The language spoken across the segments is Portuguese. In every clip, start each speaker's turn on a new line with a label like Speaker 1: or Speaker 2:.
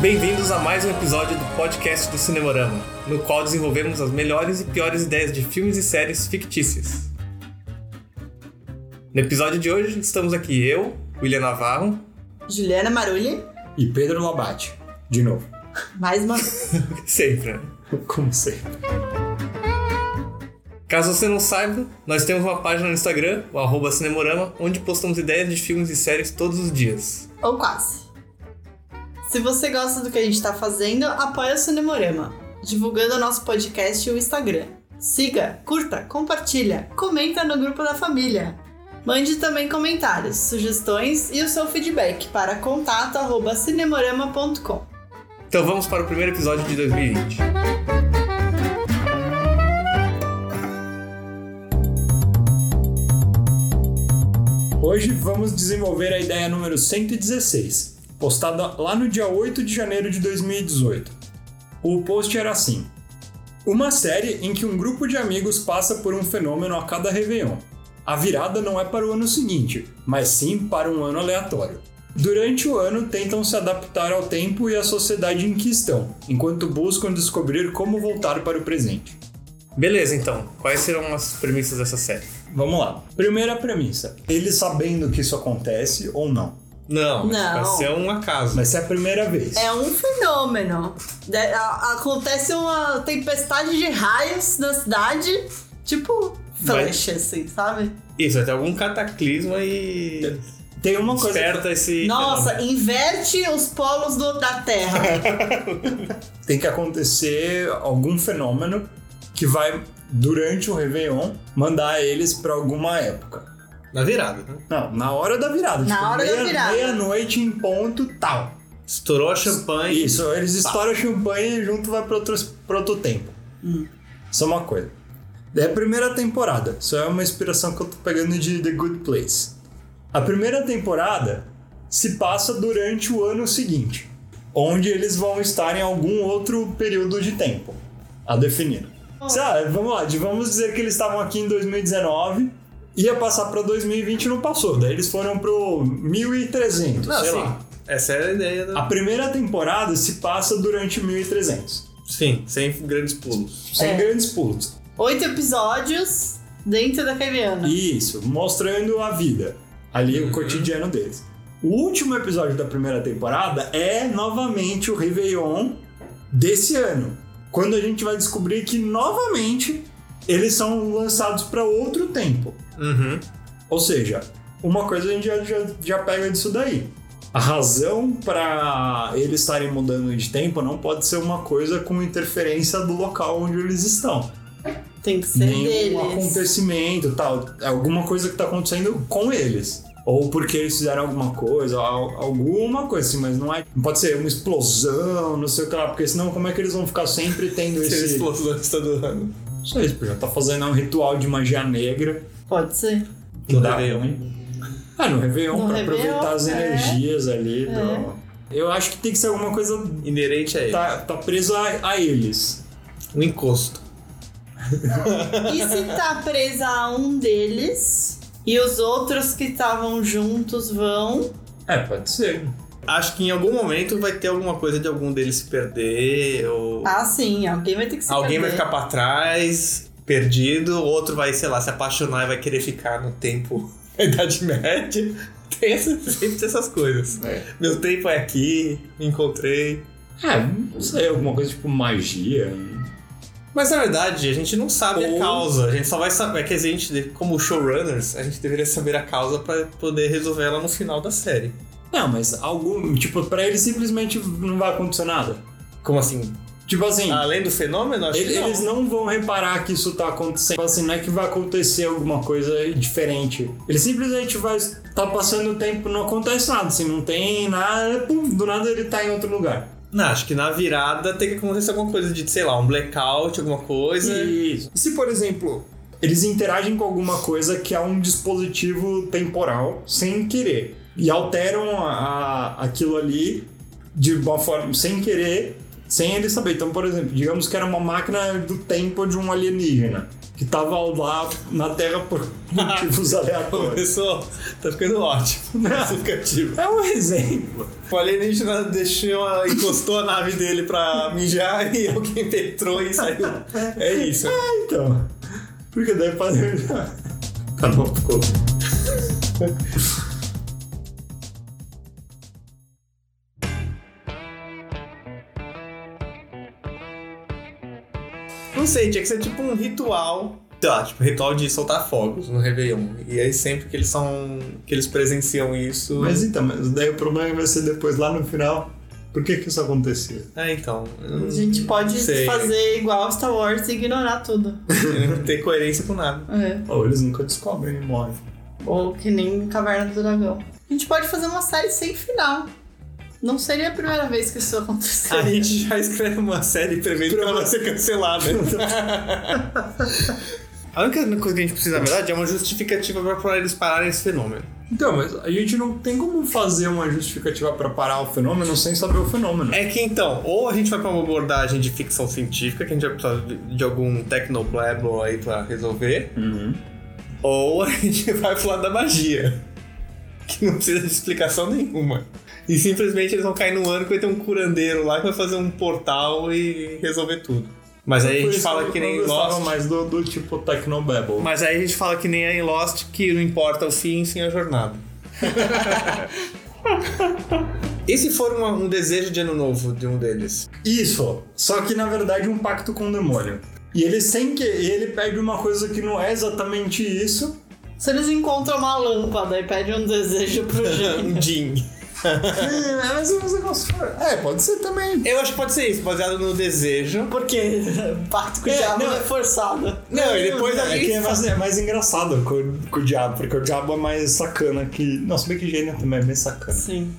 Speaker 1: Bem-vindos a mais um episódio do podcast do Cinemorama, no qual desenvolvemos as melhores e piores ideias de filmes e séries fictícias. No episódio de hoje, estamos aqui eu, William Navarro,
Speaker 2: Juliana Marulli,
Speaker 3: E Pedro Labate, de novo,
Speaker 2: mais uma.
Speaker 1: sempre. né?
Speaker 3: como sempre.
Speaker 1: Caso você não saiba, nós temos uma página no Instagram, o arroba Cinemorama, onde postamos ideias de filmes e séries todos os dias.
Speaker 2: Ou quase. Se você gosta do que a gente tá fazendo, apoia o Cinemorama, divulgando o nosso podcast e o Instagram. Siga, curta, compartilha, comenta no grupo da família. Mande também comentários, sugestões e o seu feedback para contato@cinemorama.com.
Speaker 1: Então vamos para o primeiro episódio de 2020.
Speaker 3: Hoje vamos desenvolver a ideia número 116, postada lá no dia 8 de janeiro de 2018. O post era assim: Uma série em que um grupo de amigos passa por um fenômeno a cada Réveillon. A virada não é para o ano seguinte, mas sim para um ano aleatório. Durante o ano, tentam se adaptar ao tempo e à sociedade em que estão, enquanto buscam descobrir como voltar para o presente.
Speaker 1: Beleza, então, quais serão as premissas dessa série?
Speaker 3: Vamos lá. Primeira premissa: ele sabendo que isso acontece ou não.
Speaker 1: Não, vai
Speaker 2: Não.
Speaker 1: ser um acaso.
Speaker 3: Vai ser a primeira vez.
Speaker 2: É um fenômeno. De- a- acontece uma tempestade de raios na cidade, tipo
Speaker 1: Vai-
Speaker 2: flash, assim, sabe?
Speaker 1: Isso, vai ter algum cataclisma e.
Speaker 3: Tem uma coisa.
Speaker 1: Desperta esse.
Speaker 2: Nossa,
Speaker 1: fenômeno.
Speaker 2: inverte os polos do- da Terra.
Speaker 3: Tem que acontecer algum fenômeno que vai, durante o Réveillon, mandar eles pra alguma época.
Speaker 1: Na virada, né?
Speaker 3: Não, na hora da virada.
Speaker 2: Na
Speaker 3: tipo,
Speaker 2: hora da
Speaker 3: meia-
Speaker 2: virada.
Speaker 3: Meia-noite em ponto tal.
Speaker 1: Estourou a champanhe. Tá.
Speaker 3: Isso, eles estouram o champanhe e junto vai pra outros- pra outro, tempo. Isso é uma coisa. É a primeira temporada. Isso é uma inspiração que eu tô pegando de The Good Place. A primeira temporada se passa durante o ano seguinte, onde eles vão estar em algum outro período de tempo a definir. Sei lá, vamos lá, de- vamos dizer que eles estavam aqui em 2019, ia passar pra 2020 e não passou. Daí eles foram pro 1300,
Speaker 1: Não,
Speaker 3: sei
Speaker 1: sim.
Speaker 3: lá.
Speaker 1: Essa é a ideia
Speaker 3: A
Speaker 1: da.
Speaker 3: primeira temporada se passa durante 1300,
Speaker 1: Sim, sem grandes pulos.
Speaker 3: sem
Speaker 2: É.
Speaker 3: grandes pulos.
Speaker 2: Oito episódios dentro daquele ano.
Speaker 3: Isso, mostrando a vida, ali o cotidiano deles. O último episódio da primeira temporada é novamente o Réveillon desse ano, quando a gente vai descobrir que novamente eles são lançados para outro tempo.
Speaker 1: Uhum.
Speaker 3: Ou seja, uma coisa a gente já, já, já pega disso daí. A razão para eles estarem mudando de tempo não pode ser uma coisa com interferência do local onde eles estão.
Speaker 2: Tem que ser
Speaker 3: Nem um
Speaker 2: deles.
Speaker 3: acontecimento, tal. É alguma coisa que tá acontecendo com eles. Ou porque eles fizeram alguma coisa, al- alguma coisa assim, mas não é. Não pode ser uma explosão, não sei o que lá, porque senão como é que eles vão ficar sempre tendo
Speaker 1: Sem né?
Speaker 3: esse.
Speaker 1: explosão estourando.
Speaker 3: Só isso, porque já tá fazendo um ritual de magia negra.
Speaker 2: Pode ser.
Speaker 3: Que dá
Speaker 1: Réveillon.
Speaker 3: ruim. Ah, no Réveillon,
Speaker 2: No
Speaker 3: pra
Speaker 2: Réveillon,
Speaker 3: aproveitar as
Speaker 2: é.
Speaker 3: energias ali. do- Eu acho que tem que ser alguma coisa.
Speaker 1: Inerente a ele.
Speaker 3: Tá, tá preso a, a eles.
Speaker 1: Um encosto.
Speaker 2: E se tá presa a um deles e os outros que estavam juntos vão.
Speaker 3: É, pode ser.
Speaker 1: Acho que em algum momento vai ter alguma coisa de algum deles se perder, ou
Speaker 2: Ah, sim, alguém vai ter que se
Speaker 1: alguém vai
Speaker 2: perder.
Speaker 1: ficar pra trás, perdido, outro vai, sei lá, se apaixonar e vai querer ficar no tempo da Idade Média. Tem essa- sempre essas coisas.
Speaker 3: É.
Speaker 1: Meu tempo é aqui, me encontrei.
Speaker 3: É, não sei, alguma coisa tipo magia.
Speaker 1: Mas na verdade, a gente não sabe
Speaker 3: Ou-
Speaker 1: a causa. A gente só vai saber. Quer dizer, a gente, como showrunners, a gente deveria saber a causa pra poder resolver ela no final da série.
Speaker 3: Não, mas algum. Tipo, pra eles simplesmente não vai acontecer nada.
Speaker 1: Como assim?
Speaker 3: Tipo assim.
Speaker 1: Além do fenômeno, acho
Speaker 3: ele-
Speaker 1: que não.
Speaker 3: Eles não vão reparar que isso tá acontecendo. Tipo Assim, não é que vai acontecer alguma coisa diferente. Ele simplesmente vai tá passando o tempo, não acontece nada. Assim, não tem nada. Pum, do nada ele tá em outro lugar.
Speaker 1: Não, acho que na virada tem que acontecer alguma coisa de, sei lá, um blackout, alguma coisa.
Speaker 3: Isso. E se, por exemplo, eles interagem com alguma coisa que é um dispositivo temporal sem querer e alteram a, a- aquilo ali de uma forma sem querer, sem ele saber. Então, por exemplo, digamos que era uma máquina do tempo de um alienígena. que tava lá na Terra por motivos aleatórios.
Speaker 1: Começou, tá ficando ótimo. Tá Classificativo.
Speaker 3: É um exemplo.
Speaker 1: O alienígena deixou, a- encostou a nave dele pra mijar e alguém petrou e saiu. É isso.
Speaker 3: É, então. Porque daí pode. tá bom, ficou.
Speaker 1: Não sei, tinha que ser tipo um ritual. Tá, tipo, ritual de soltar fogos no Réveillon. E aí sempre que eles são. que eles presenciam isso.
Speaker 3: Mas então, mas daí o problema vai ser depois lá no final. Por que que isso acontecia?
Speaker 1: É, então. eu não-
Speaker 2: A gente pode
Speaker 1: sei.
Speaker 2: fazer igual Star Wars e ignorar tudo.
Speaker 1: eu não ter coerência com nada.
Speaker 2: É.
Speaker 3: Oh, eles nunca descobrem e morrem.
Speaker 2: Ou que nem Caverna do Dragão. A gente pode fazer uma série sem final. Não seria a primeira vez que isso
Speaker 1: A
Speaker 2: aconteceria.
Speaker 1: gente já escreve uma série prevendo que ela vai ser cancelada. a única coisa que a gente precisa, na verdade, é uma justificativa pra- pra eles pararem esse fenômeno.
Speaker 3: Então, mas a gente não tem como fazer uma justificativa para parar o fenômeno sem saber o fenômeno.
Speaker 1: É que então, ou a gente vai pra uma abordagem de ficção científica, que a gente vai precisar de- de algum tecnoblebo aí pra resolver,
Speaker 3: Uhum.
Speaker 1: ou a gente vai pro lado da magia, que não precisa de explicação nenhuma. E simplesmente eles vão cair num ano que vai ter um curandeiro lá que vai fazer um portal e resolver tudo. Mas aí a
Speaker 3: Por
Speaker 1: gente
Speaker 3: isso
Speaker 1: fala que nem
Speaker 3: Eu não gostava
Speaker 1: Lost.
Speaker 3: mais do, do tipo Tecnobabble.
Speaker 1: Mas aí a gente fala que nem é em Lost que não importa o fim, sim a jornada. e se for uma- um desejo de ano novo de um deles?
Speaker 3: Isso, só que na verdade um pacto com o demônio. E ele sem que e ele pede uma coisa que não é exatamente isso.
Speaker 2: Se eles encontram uma lâmpada e pedem um desejo pro gênio.
Speaker 1: um Jin.
Speaker 3: é, mas é um negócio fora. É, pode ser também.
Speaker 1: Eu acho que pode ser isso, baseado no desejo.
Speaker 2: Porque o pacto com o
Speaker 3: É,
Speaker 2: diabo
Speaker 3: não.
Speaker 2: é forçado.
Speaker 1: Não, e depois a
Speaker 3: é, que é,
Speaker 1: gente.
Speaker 3: mais, é mais engraçado com, com o diabo, porque o diabo é mais sacana que. Não, se bem que gênio também é bem sacana.
Speaker 2: Sim.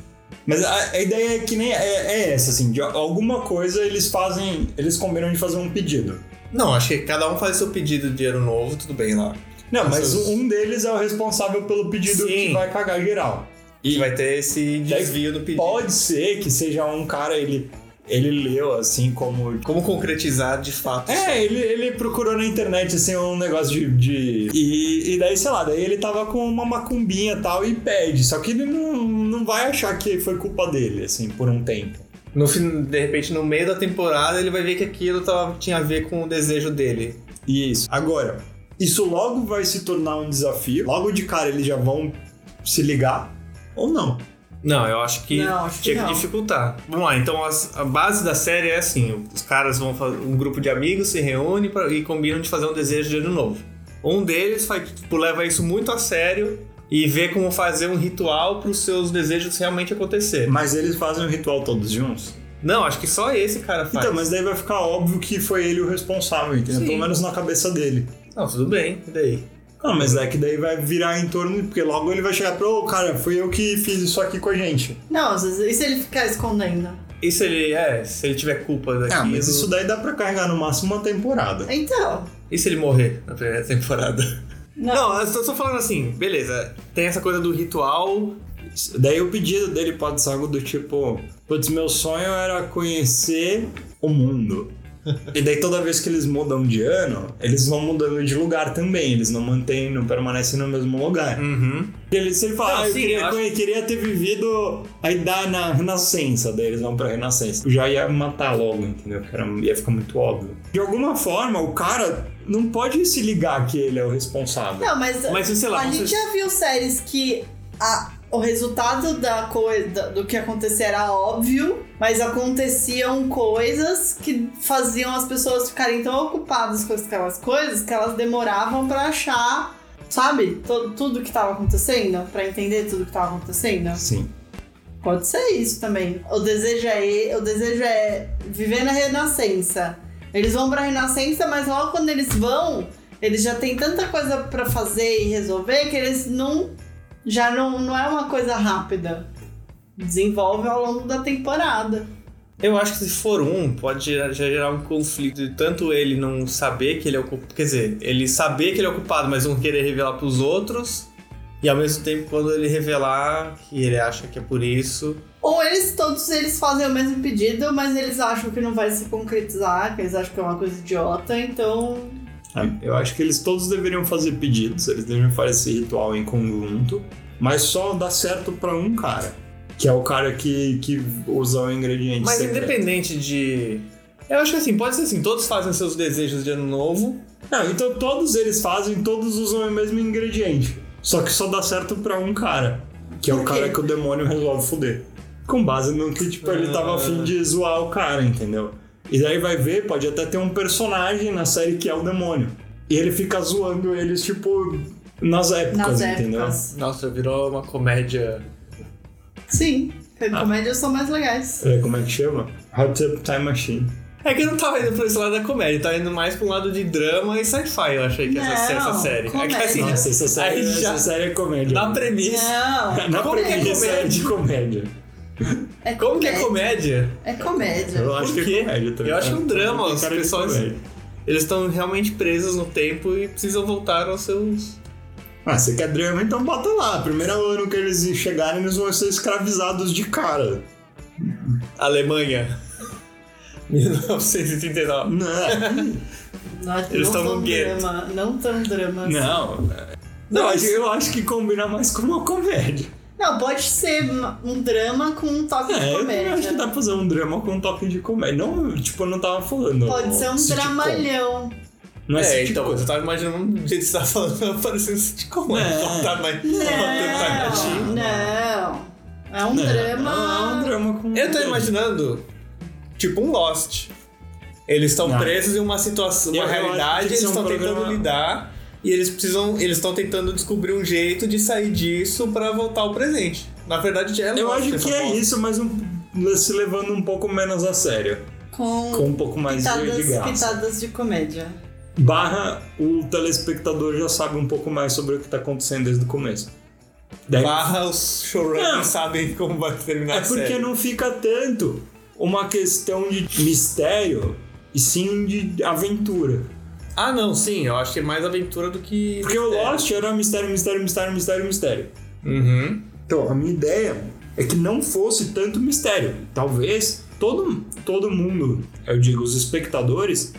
Speaker 3: Mas a, a ideia é que nem. É, é essa, assim, de alguma coisa eles fazem. Eles combinam de fazer um pedido.
Speaker 1: Não, acho que cada um faz seu pedido de ano novo, tudo bem lá.
Speaker 3: Não, mas
Speaker 1: Essas-
Speaker 3: um deles é o responsável pelo pedido
Speaker 1: Sim.
Speaker 3: que vai cagar geral.
Speaker 1: E vai ter esse desvio do pedido.
Speaker 3: Pode ser que seja um cara, ele, ele leu assim como.
Speaker 1: Como concretizar de fato isso?
Speaker 3: É, ele, ele procurou na internet assim um negócio de. de- E, e daí, sei lá, daí ele tava com uma macumbinha e tal e pede. Só que ele não, não vai achar que foi culpa dele, assim, por um tempo.
Speaker 1: No fim, de repente, no meio da temporada, ele vai ver que aquilo tava- tinha a ver com o desejo dele.
Speaker 3: é Isso. Agora, isso logo vai se tornar um desafio. Logo de cara eles já vão se ligar. Ou não.
Speaker 1: Não, eu acho que tipo
Speaker 2: Não, acho que
Speaker 1: tinha que
Speaker 2: não.
Speaker 1: dificultar. Vamos lá, então as- a base da série é assim: os caras vão fazer um grupo de amigos se reúne pra- e combinam de fazer um desejo de ano novo. Um deles faz, tipo, leva isso muito a sério e vê como fazer um ritual para os seus desejos realmente acontecerem.
Speaker 3: Mas eles fazem o ritual todos juntos.
Speaker 1: Não, acho que só esse cara faz.
Speaker 3: Então, mas daí vai ficar óbvio que foi ele o responsável, entendeu?
Speaker 1: Sim.
Speaker 3: Pelo menos na cabeça dele.
Speaker 1: Não, tudo bem, e daí?
Speaker 3: Ah, mas é que daí vai virar em torno, porque logo ele vai chegar pro, "Ô, cara, fui eu que fiz isso aqui com a gente.
Speaker 2: Não, às vezes, e se ele ficar escondendo?
Speaker 1: E se ele, é, se ele tiver culpa daquilo?
Speaker 3: Ah, mas isso daí dá pra carregar no máximo uma temporada.
Speaker 2: Então.
Speaker 1: E se ele morrer na primeira temporada?
Speaker 2: Não.
Speaker 1: Não, eu tô só falando assim, beleza, tem essa coisa do ritual.
Speaker 3: Daí o pedido dele pode ser algo do tipo, putz, meu sonho era conhecer o mundo. E daí toda vez que eles mudam de ano, eles vão mudando de lugar também, eles não mantêm, não permanecem no mesmo lugar.
Speaker 1: Uhum.
Speaker 3: E ele, se ele fala,
Speaker 1: Não,
Speaker 3: ah, eu,
Speaker 1: sim,
Speaker 3: queria,
Speaker 1: eu acho-
Speaker 3: eu queria ter vivido a idade na Renascença, daí eles vão pra Renascença. Já ia matar logo, entendeu? Porque era- ia ficar muito óbvio. De alguma forma, o cara não pode se ligar que ele é o responsável.
Speaker 2: Não, mas,
Speaker 1: Mas, sei lá,
Speaker 2: a
Speaker 1: você-
Speaker 2: gente já viu séries que a- o resultado da coisa do que acontecer era óbvio, mas aconteciam coisas que faziam as pessoas ficarem tão ocupadas com aquelas coisas que elas demoravam pra achar, sabe, to- tudo que tava acontecendo, pra entender tudo que tava acontecendo.
Speaker 3: Sim.
Speaker 2: Pode ser isso também. O desejo é, o desejo é viver na renascença. Eles vão pra renascença, mas logo quando eles vão, eles já têm tanta coisa pra fazer e resolver que eles não já não, não é uma coisa rápida. Desenvolve ao longo da temporada.
Speaker 1: Eu acho que se for um, pode gerar, já gerar um conflito de tanto ele não saber que ele é ocupado. Quer dizer, ele saber que ele é ocupado, mas não querer revelar pros outros. E ao mesmo tempo, quando ele revelar que ele acha que é por isso.
Speaker 2: Ou eles todos eles fazem o mesmo pedido, mas eles acham que não vai se concretizar, que eles acham que é uma coisa idiota, então
Speaker 3: sabe? Eu acho que eles todos deveriam fazer pedidos, eles deveriam fazer esse ritual em conjunto, mas só dá certo pra um cara, que é o cara que, que usa o ingrediente
Speaker 1: Mas
Speaker 3: secreto.
Speaker 1: independente de. Eu acho que assim, pode ser assim, todos fazem seus desejos de ano novo.
Speaker 3: Não, então todos eles fazem, todos usam o mesmo ingrediente, só que só dá certo pra um cara, que é o
Speaker 2: Por quê?
Speaker 3: cara que o demônio resolve foder. Com base no que, tipo, ele tava
Speaker 1: Ah.
Speaker 3: afim de zoar o cara, entendeu? E daí vai ver, pode até ter um personagem na série que é o demônio. E ele fica zoando eles, tipo, nas épocas,
Speaker 2: Nas
Speaker 3: entendeu?
Speaker 2: épocas.
Speaker 1: Nossa, virou uma comédia.
Speaker 2: Sim,
Speaker 3: Ah.
Speaker 2: comédias são mais legais.
Speaker 3: É, como é que chama? Hot Tub Time Machine.
Speaker 1: É que eu não tava indo pra esse lado da comédia, tava indo mais pra um lado de drama e sci-fi, eu achei que essa,
Speaker 2: Não,
Speaker 1: essa série. É
Speaker 2: comédia.
Speaker 1: que assim,
Speaker 3: Nossa, essa série,
Speaker 1: Aí já-
Speaker 3: essa série é comédia.
Speaker 1: na
Speaker 3: né?
Speaker 1: premissa.
Speaker 2: Não,
Speaker 3: na
Speaker 1: como que é
Speaker 3: premissa é de comédia.
Speaker 2: é
Speaker 1: Como que é comédia?
Speaker 2: É comédia.
Speaker 3: Eu acho
Speaker 1: Por
Speaker 3: que
Speaker 1: quê?
Speaker 3: é comédia também.
Speaker 1: Eu acho
Speaker 3: É,
Speaker 1: um drama,
Speaker 3: tem
Speaker 1: os
Speaker 3: cara de
Speaker 1: pessoas-
Speaker 3: comédia.
Speaker 1: Eles estão realmente presos no tempo e precisam voltar aos seus.
Speaker 3: Ah, você quer drama, então bota lá. Primeiro ano que eles chegarem, eles vão ser escravizados de cara.
Speaker 1: Alemanha. 1939.
Speaker 3: Não,
Speaker 2: Não,
Speaker 1: Eles tão
Speaker 2: não tão
Speaker 1: no gueto.
Speaker 2: drama, não tão drama. assim.
Speaker 3: não. Não, mas eu acho que combina mais com uma comédia.
Speaker 2: Não, pode ser uma- um drama com um toque
Speaker 3: É,
Speaker 2: de
Speaker 3: eu acho
Speaker 2: comédia.
Speaker 3: que dá pra fazer um drama com um toque de comédia. Não, tipo, eu não tava falando.
Speaker 2: Pode ser um
Speaker 3: sitcom.
Speaker 2: dramalhão.
Speaker 3: Não é,
Speaker 1: é,
Speaker 3: sitcom.
Speaker 1: então, eu tava imaginando do jeito que você tava falando, parecendo sitcom.
Speaker 3: É.
Speaker 1: É. Tá, mas,
Speaker 2: Não, não. É um
Speaker 3: Não,
Speaker 2: drama.
Speaker 3: Não, é um drama com.
Speaker 1: Eu tô imaginando, tipo, um Lost. Eles estão
Speaker 3: Não.
Speaker 1: presos em uma situação, uma
Speaker 3: Eu acho que
Speaker 1: realidade,
Speaker 3: tem que
Speaker 1: eles
Speaker 3: ser um
Speaker 1: estão tentando
Speaker 3: programa-
Speaker 1: lidar e eles precisam, eles estão tentando descobrir um jeito de sair disso pra voltar ao presente. Na verdade, é
Speaker 3: Eu
Speaker 1: Lost
Speaker 3: acho
Speaker 1: essa
Speaker 3: que é
Speaker 1: bosta.
Speaker 3: isso, mas um- se levando um pouco menos a sério.
Speaker 2: Com,
Speaker 3: Com um pouco mais de- de
Speaker 2: pitadas,
Speaker 3: graça.
Speaker 2: pitadas de comédia.
Speaker 3: Barra, o telespectador já sabe um pouco mais sobre o que tá acontecendo desde o começo.
Speaker 1: É.
Speaker 3: Daí-
Speaker 1: Barra os
Speaker 3: Não.
Speaker 1: showrunners sabem como vai terminar
Speaker 3: é
Speaker 1: a
Speaker 3: porque
Speaker 1: série.
Speaker 3: não fica tanto uma questão de mistério e sim de aventura.
Speaker 1: Ah, não, sim, eu acho que é mais aventura do que.
Speaker 3: Porque o
Speaker 1: mistério.
Speaker 3: Lost era mistério, mistério, mistério, mistério, mistério.
Speaker 1: Uhum.
Speaker 3: Então, a minha ideia é que não fosse tanto mistério. Talvez todo, todo mundo, eu digo, os espectadores,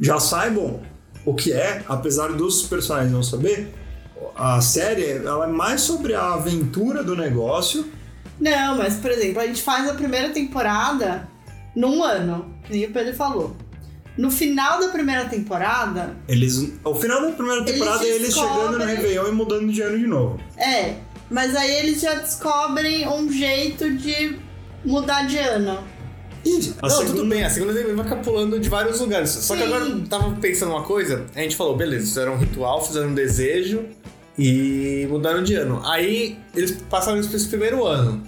Speaker 3: já saibam o que é, apesar dos personagens não saber. A série ela é mais sobre a aventura do negócio.
Speaker 2: Não, mas por exemplo, a gente faz a primeira temporada num ano, que nem o Pedro falou. No final da primeira temporada,
Speaker 3: Eles, ao final da primeira
Speaker 2: Eles
Speaker 3: temporada, eles, chegando no
Speaker 2: descobrem-
Speaker 3: Réveillon e mudando de ano de novo.
Speaker 2: é, mas aí eles já descobrem um jeito de mudar de ano.
Speaker 3: E a
Speaker 1: não, tudo
Speaker 3: segunda-
Speaker 1: bem, a segunda temporada vai ficar pulando de vários lugares. Só que
Speaker 2: Sim.
Speaker 1: agora eu tava pensando uma coisa, a gente falou, beleza, fizeram um ritual, fizeram um desejo e mudaram de ano. Aí eles passaram isso pra esse primeiro ano.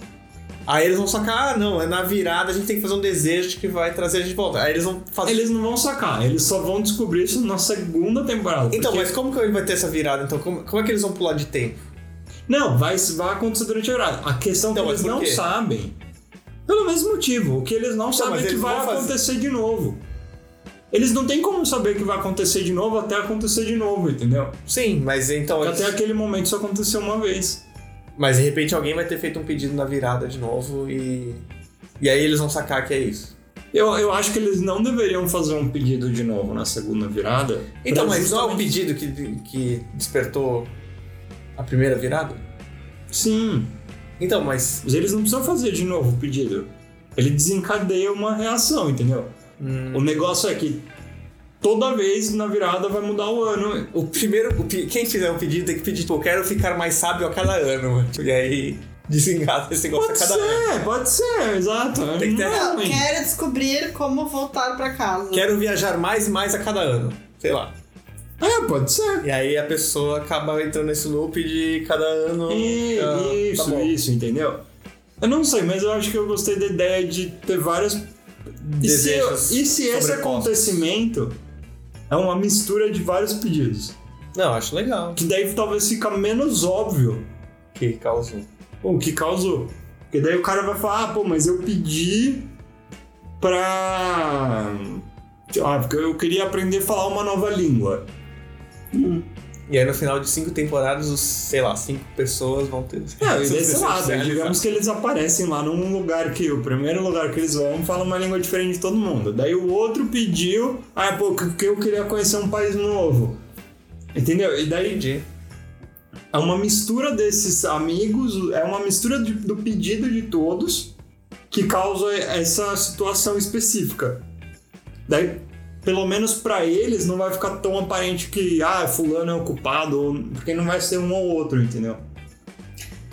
Speaker 1: Aí eles vão sacar, ah, não, é na virada, a gente tem que fazer um desejo que vai trazer a gente de volta. Aí eles vão fazer.
Speaker 3: Eles não vão sacar, eles só vão descobrir isso na segunda temporada.
Speaker 1: Então,
Speaker 3: porque-
Speaker 1: mas como que vai ter essa virada? Então, como, como é que eles vão pular de tempo?
Speaker 3: Não, vai, vai acontecer durante a horário. A questão é
Speaker 1: Então,
Speaker 3: que
Speaker 1: mas por
Speaker 3: eles não
Speaker 1: quê? Então,
Speaker 3: sabem. Pelo mesmo motivo, o que eles não sabem
Speaker 1: mas
Speaker 3: é que
Speaker 1: eles
Speaker 3: vai
Speaker 1: vão fazer-
Speaker 3: acontecer de novo. Eles não têm como saber que vai acontecer de novo até acontecer de novo, entendeu?
Speaker 1: Sim, mas então.
Speaker 3: Porque
Speaker 1: eles-
Speaker 3: até aquele momento só aconteceu uma vez.
Speaker 1: Mas de repente alguém vai ter feito um pedido na virada de novo e. E aí eles vão sacar que é isso.
Speaker 3: Eu, eu acho que eles não deveriam fazer um pedido de novo na segunda virada.
Speaker 1: Então,
Speaker 3: pra
Speaker 1: mas não é o
Speaker 3: justamente-
Speaker 1: pedido que, que despertou a primeira virada?
Speaker 3: Sim,
Speaker 1: Então, mas.
Speaker 3: mas eles não precisam fazer de novo o pedido. Ele desencadeia uma reação, entendeu?
Speaker 1: Hum.
Speaker 3: O negócio é que toda vez na virada vai mudar o ano.
Speaker 1: O primeiro. o pe- quem fizer um pedido tem que pedir, tipo, eu quero ficar mais sábio a cada ano. mano. E aí desengata esse negócio
Speaker 3: Pode
Speaker 1: a cada ano.
Speaker 3: ser, pode ser, exato.
Speaker 1: Tem que ter-
Speaker 3: Não é
Speaker 2: Eu
Speaker 3: ruim.
Speaker 2: quero descobrir como voltar pra casa.
Speaker 1: Quero viajar mais e mais a cada ano. Sei lá.
Speaker 3: É, pode ser.
Speaker 1: E aí a pessoa acaba entrando nesse loop de cada ano.
Speaker 3: E-
Speaker 1: ah, tá
Speaker 3: isso,
Speaker 1: bom.
Speaker 3: isso, entendeu? Eu não sei, mas eu acho que eu gostei da ideia de ter vários. E se, eu-
Speaker 1: Desejos
Speaker 3: e se esse
Speaker 1: sobrepostos.
Speaker 3: acontecimento é uma mistura de vários pedidos?
Speaker 1: Não, acho legal.
Speaker 3: Que daí talvez fica menos óbvio
Speaker 1: Que né? causou.
Speaker 3: o que causou. Porque daí o cara vai falar, ah, pô, mas eu pedi pra. Ah, porque eu queria aprender a falar uma nova língua.
Speaker 1: E aí no final de cinco temporadas, os, sei lá, cinco pessoas vão ter.
Speaker 2: Ah,
Speaker 1: suas
Speaker 2: né,
Speaker 3: É, sei lá,
Speaker 1: necessidades.
Speaker 3: digamos que eles aparecem lá num lugar que o primeiro lugar que eles vão fala uma língua diferente de todo mundo. Daí o outro pediu, ah, pô, porque eu queria conhecer um país novo. Entendeu? E daí
Speaker 1: Entendi.
Speaker 3: é uma mistura desses amigos, é uma mistura de- do pedido de todos que causa essa situação específica. Daí, pelo menos pra eles, não vai ficar tão aparente que, ah, fulano é o culpado, ou- porque não vai ser um ou outro, entendeu?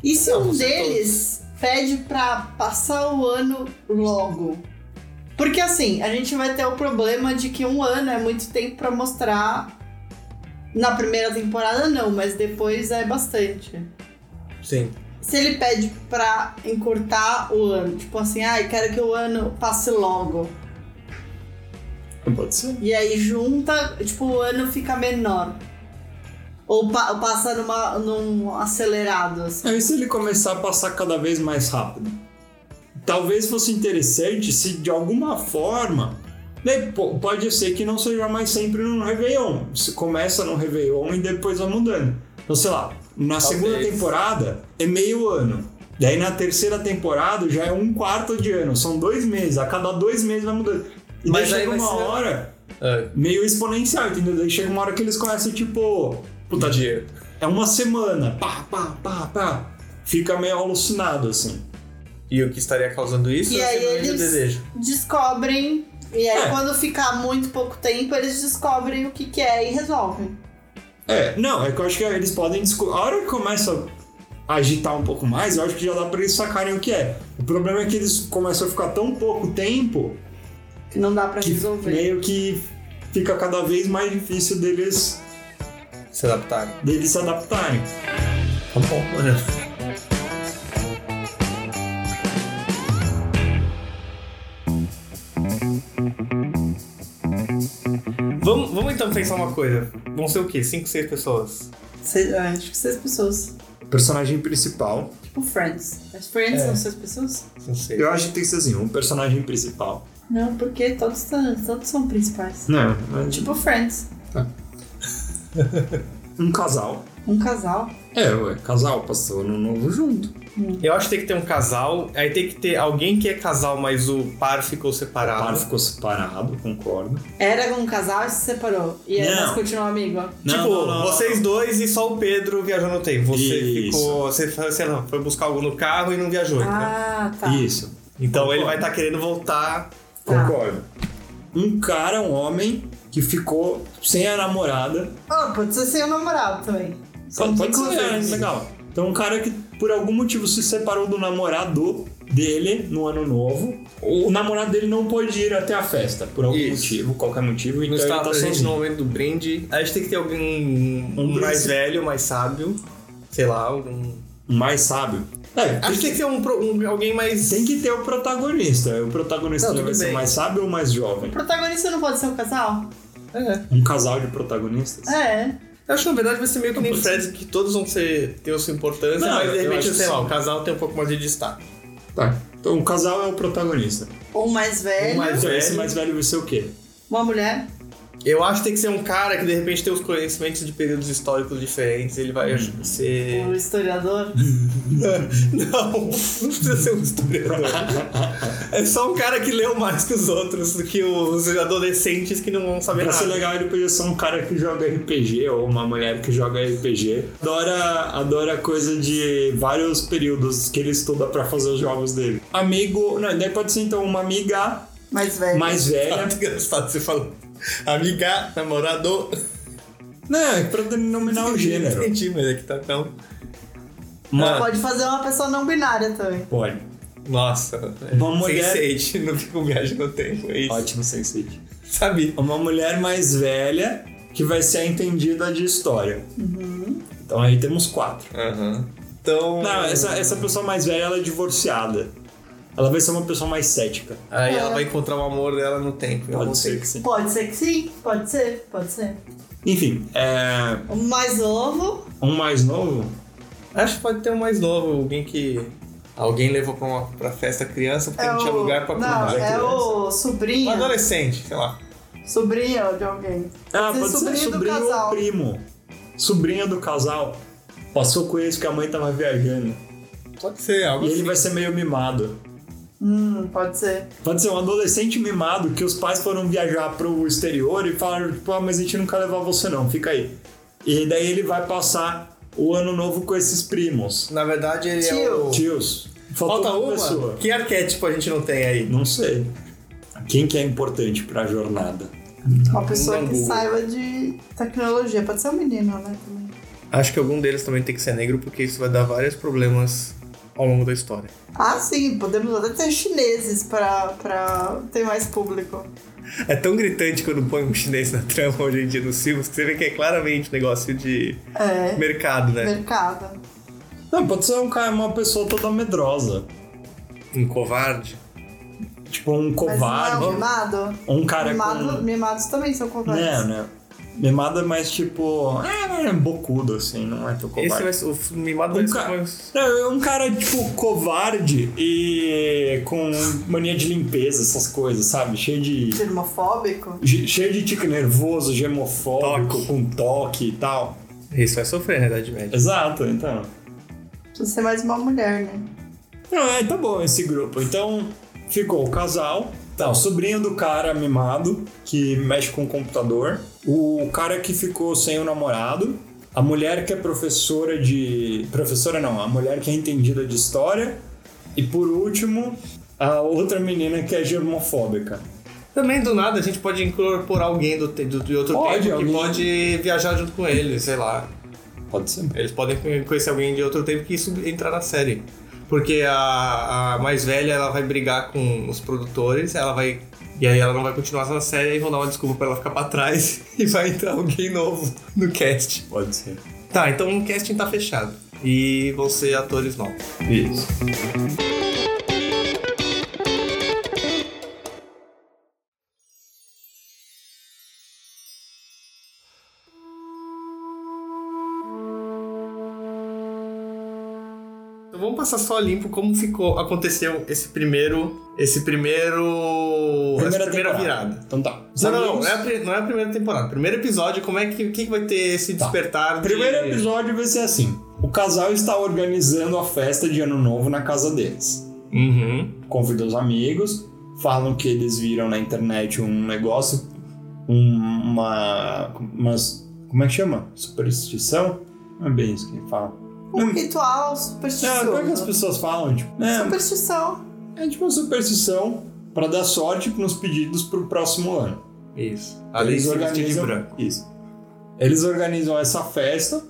Speaker 2: E se
Speaker 1: Não,
Speaker 2: um
Speaker 1: você
Speaker 2: deles pede pra passar o ano logo? Porque assim, a gente vai ter o problema de que um ano é muito tempo pra mostrar. Na primeira temporada não, mas depois é bastante.
Speaker 1: Sim.
Speaker 2: Se ele pede pra encurtar o ano, tipo assim, ai, quero que o ano passe logo.
Speaker 3: Pode ser.
Speaker 2: E aí junta, tipo, o ano fica menor. Ou pa- passa numa, num acelerado, assim.
Speaker 3: Aí se É ele começar a passar cada vez mais rápido. Talvez fosse interessante se de alguma forma. né, po- Pode ser que não seja mais sempre no Réveillon. Se começa no Réveillon e depois vai mudando. Então, sei lá, na
Speaker 1: Talvez.
Speaker 3: segunda temporada é meio ano. Daí na terceira temporada já é um quarto de ano. São dois meses. A cada dois meses vai mudando. E
Speaker 1: Mas
Speaker 3: daí
Speaker 1: aí
Speaker 3: chega
Speaker 1: vai
Speaker 3: uma
Speaker 1: ser-
Speaker 3: hora
Speaker 1: Ah,
Speaker 3: meio exponencial, entendeu? Daí chega uma hora que eles começam, tipo. Puta,
Speaker 2: Uhum.
Speaker 1: dia.
Speaker 3: é uma semana, pá, pá, pá, pá. Fica meio alucinado, assim.
Speaker 1: E o que estaria causando isso
Speaker 2: E
Speaker 1: é o
Speaker 2: aí
Speaker 1: sentimento de
Speaker 2: eles-
Speaker 1: desejo.
Speaker 2: descobrem. E aí,
Speaker 3: É.
Speaker 2: quando ficar muito pouco tempo, eles descobrem o que, que é e resolvem.
Speaker 3: É, não, é que eu acho que eles podem descobrir. A hora que começa a agitar um pouco mais, eu acho que já dá pra eles sacarem o que é. O problema é que eles começam a ficar tão pouco tempo
Speaker 2: Que não dá pra
Speaker 3: que
Speaker 2: resolver.
Speaker 3: meio que fica cada vez mais difícil deles,
Speaker 1: Se adaptarem.
Speaker 3: deles se adaptarem.
Speaker 1: Tá bom, mano. Vamos, vamos então pensar uma coisa. Vão ser o quê? Cinco, seis pessoas?
Speaker 2: Se- ah, acho que seis pessoas.
Speaker 3: Personagem principal.
Speaker 2: Tipo Friends. Mas Friends
Speaker 1: É.
Speaker 2: são seis pessoas?
Speaker 1: Não sei.
Speaker 3: Eu acho que tem que ser assim, um personagem principal.
Speaker 2: Não, porque todos, tão- todos são principais.
Speaker 3: Não, mas tipo
Speaker 2: Tipo Friends.
Speaker 3: um casal.
Speaker 2: Um casal.
Speaker 3: É, ué, casal, passou no novo junto.
Speaker 1: Eu acho que tem que ter um casal, aí tem que ter alguém que é casal, mas o par ficou
Speaker 3: O
Speaker 1: separado.
Speaker 3: par ficou separado, concordo.
Speaker 2: Era um casal e se separou. E aí
Speaker 3: Não.
Speaker 2: eles continuam amigo.
Speaker 1: Tipo, vocês dois e só o Pedro viajou no tempo. Você
Speaker 3: Isso.
Speaker 1: ficou. Você, foi- sei lá, foi buscar algo no carro e não viajou. então.
Speaker 2: Ah, tá.
Speaker 3: Isso,
Speaker 1: Então ele
Speaker 3: Concordo.
Speaker 1: vai estar querendo voltar.
Speaker 2: Tá.
Speaker 3: concordo. Um cara, um homem, que ficou sem a namorada.
Speaker 2: Ah, pode ser sem o namorado também.
Speaker 3: Pode, pode ser,
Speaker 2: inclusões.
Speaker 3: é, legal. Então, um cara que por algum motivo se separou do namorado dele no ano novo. O namorado dele não pôde ir até a festa, por algum
Speaker 1: Isso.
Speaker 3: motivo, qualquer motivo.
Speaker 1: Não
Speaker 3: Então,
Speaker 1: está
Speaker 3: ele tá
Speaker 1: presente
Speaker 3: sozinho.
Speaker 1: no momento do brinde. A gente tem que ter alguém
Speaker 3: Um
Speaker 1: mais
Speaker 3: príncipe.
Speaker 1: velho, mais sábio. Sei lá, algum.
Speaker 3: Mais sábio. É,
Speaker 1: Acho que tem que ter um, pro- um- alguém mais.
Speaker 3: tem que ter o protagonista. O protagonista
Speaker 1: Não,
Speaker 3: vai
Speaker 1: tudo
Speaker 3: ser
Speaker 1: bem.
Speaker 3: mais sábio ou mais jovem?
Speaker 2: O protagonista não pode ser um casal?
Speaker 1: É.
Speaker 3: Um casal de protagonistas?
Speaker 2: É.
Speaker 1: Eu acho que na verdade vai ser meio que nem
Speaker 3: pode
Speaker 1: Fred, que todos vão ser, ter a sua importância,
Speaker 3: Não,
Speaker 1: mas de
Speaker 3: eu
Speaker 1: repente,
Speaker 3: acho que
Speaker 1: sei lá,
Speaker 3: sim.
Speaker 1: o casal tem um pouco mais de destaque.
Speaker 3: Tá. Então, um casal é o protagonista.
Speaker 2: Ou mais velho.
Speaker 1: Ou mais
Speaker 3: Então,
Speaker 1: velho.
Speaker 3: esse mais velho vai ser o quê?
Speaker 2: Uma mulher.
Speaker 1: Eu acho que tem que ser um cara que de repente tem os conhecimentos de períodos históricos diferentes, ele vai ser.
Speaker 2: Um historiador.
Speaker 1: Não, não precisa ser um historiador. É só um cara que leu mais que os outros, do que os adolescentes que não vão saber
Speaker 3: Pra ser
Speaker 1: nada.
Speaker 3: legal, ele podia ser um cara que joga RPG ou uma mulher que joga RPG. Adora, adora coisa de vários períodos que ele estuda pra fazer os jogos dele. Amigo, não, daí pode ser então uma amiga
Speaker 2: Mais velho.
Speaker 3: mais velha.
Speaker 1: Muito É engraçado você falando. Amiga, namorado.
Speaker 3: Não, é pra denominar o gênero.
Speaker 1: Entendi, mas é que tá tão.
Speaker 2: Mas
Speaker 1: Ah.
Speaker 2: Pode fazer uma pessoa não binária também.
Speaker 3: Pode.
Speaker 1: Nossa. é,
Speaker 3: Uma mulher-
Speaker 1: Sense8, não fico viagem no tempo, é isso.
Speaker 3: Ótimo, sensei.
Speaker 1: Sabe?
Speaker 3: Uma mulher mais velha que vai ser a entendida de história. Então aí temos quatro.
Speaker 1: Aham. Então.
Speaker 3: Não, essa, essa pessoa mais velha, ela é divorciada. Ela vai ser uma pessoa mais cética.
Speaker 1: Aí ela vai encontrar o amor dela no tempo. eu não
Speaker 3: é. Pode
Speaker 1: sei.
Speaker 3: ser que sim.
Speaker 2: Pode ser que sim, pode ser, pode ser.
Speaker 3: Enfim, é...
Speaker 2: O mais novo,
Speaker 3: Um mais novo?
Speaker 1: Acho que pode ter um mais novo, alguém que. Alguém levou pra, uma, pra festa criança porque
Speaker 2: é
Speaker 1: não tinha
Speaker 2: o...
Speaker 1: lugar pra
Speaker 2: Não,
Speaker 1: acomodar a
Speaker 2: é
Speaker 1: criança.
Speaker 2: o sobrinho.
Speaker 1: Um adolescente, sei lá.
Speaker 2: Sobrinho de alguém.
Speaker 3: Ah,
Speaker 2: Pode ser
Speaker 3: pode ser
Speaker 2: sobrinho do
Speaker 3: sobrinho ou
Speaker 2: casal.
Speaker 3: primo. sobrinho do casal passou com eles que a mãe tava viajando.
Speaker 1: Pode ser, algo
Speaker 3: E ele
Speaker 1: assim.
Speaker 3: vai ser meio mimado.
Speaker 2: Hum, pode ser.
Speaker 3: Pode ser um adolescente mimado que os pais foram viajar pro exterior e falaram, pô, mas a gente não quer levar você não, fica aí. E daí ele vai passar o ano novo com esses primos.
Speaker 1: Na verdade, ele é
Speaker 2: Tio.
Speaker 1: o...
Speaker 3: Tios, falta
Speaker 1: Falta
Speaker 3: uma,
Speaker 1: uma?
Speaker 3: pessoa.
Speaker 1: Que arquétipo a gente não tem aí?
Speaker 3: Não sei. Quem que é importante pra jornada?
Speaker 2: Uma pessoa
Speaker 1: Não,
Speaker 2: que
Speaker 1: Google.
Speaker 2: saiba de tecnologia. Pode ser um menino, né? também.
Speaker 1: Acho que algum deles também tem que ser negro, porque isso vai dar vários problemas ao longo da história.
Speaker 2: Ah, sim, podemos até ter chineses pra, pra ter mais público.
Speaker 1: É tão gritante quando põe um chinês na trama hoje em dia nos filmes que você vê que é claramente negócio de
Speaker 2: É,
Speaker 1: mercado, né?
Speaker 2: mercado.
Speaker 3: Não, pode ser um cara, uma pessoa toda medrosa.
Speaker 1: Um covarde.
Speaker 3: Tipo
Speaker 2: Mas não é
Speaker 3: um
Speaker 2: um
Speaker 3: covarde.
Speaker 2: mimado?
Speaker 3: Um cara
Speaker 2: Mimado-
Speaker 3: com...
Speaker 2: Mimados também são covardes.
Speaker 3: Né, né? Mimado é mais tipo... É, é bocudo, assim, não é tão covarde.
Speaker 1: Esse vai ser o mimado vai
Speaker 3: Um,
Speaker 1: ser
Speaker 3: ca...
Speaker 1: mais-
Speaker 3: Não, é um cara, tipo, covarde e com mania de limpeza, essas coisas, sabe? Cheio de.
Speaker 2: Germofóbico?
Speaker 3: ge- Cheio de tique nervoso, gemofóbico,
Speaker 1: Toque.
Speaker 3: com toque e tal.
Speaker 1: Isso vai sofrer na Idade Média.
Speaker 3: Exato, então.
Speaker 2: Precisa ser mais uma mulher, né?
Speaker 3: Não, é, tá bom esse grupo. Então, ficou o casal, tá, o sobrinho do cara mimado, que mexe com o computador, o cara que ficou sem o namorado, a mulher que é professora de... Professora não, a mulher que é entendida de história, e por último, a outra menina que é germofóbica.
Speaker 1: Também do nada a gente pode incorporar alguém do, te- do, de outro
Speaker 3: Pode,
Speaker 1: tempo
Speaker 3: alguém.
Speaker 1: que pode viajar junto com ele, sei lá.
Speaker 3: Pode ser.
Speaker 1: Eles podem conhe- conhecer alguém de outro tempo que isso entrar na série. Porque a, a mais velha ela vai brigar com os produtores, ela vai. E aí ela não vai continuar na série e vão dar uma desculpa pra ela ficar pra trás e vai entrar alguém novo no cast.
Speaker 3: Pode ser.
Speaker 1: Tá, então o casting tá fechado. E vão ser atores novos.
Speaker 3: Isso.
Speaker 1: Então vamos passar só limpo como ficou, aconteceu esse primeiro. Esse primeiro. essa primeira
Speaker 3: temporada.
Speaker 1: virada.
Speaker 3: Então tá. Os
Speaker 1: Não, não, não,
Speaker 3: amigos-
Speaker 1: não é, a, pri- não é a primeira temporada. Primeiro episódio, como é que, que vai ter esse
Speaker 3: Tá.
Speaker 1: despertar? de-
Speaker 3: Primeiro episódio vai ser assim. O casal está organizando a festa de ano novo na casa deles.
Speaker 1: Uhum.
Speaker 3: convida os amigos, falam que eles viram na internet um negócio, um- uma, umas, como é que chama? Superstição? Não é bem isso que ele fala.
Speaker 2: Um ritual
Speaker 3: Hum. É, como é que as
Speaker 2: supersticioso.
Speaker 3: pessoas falam? Tipo, é,
Speaker 2: Superstição.
Speaker 3: é tipo uma superstição para dar sorte nos pedidos para o próximo ano.
Speaker 1: Isso. Ali se vestir de branco.
Speaker 3: Isso. Eles organizam essa festa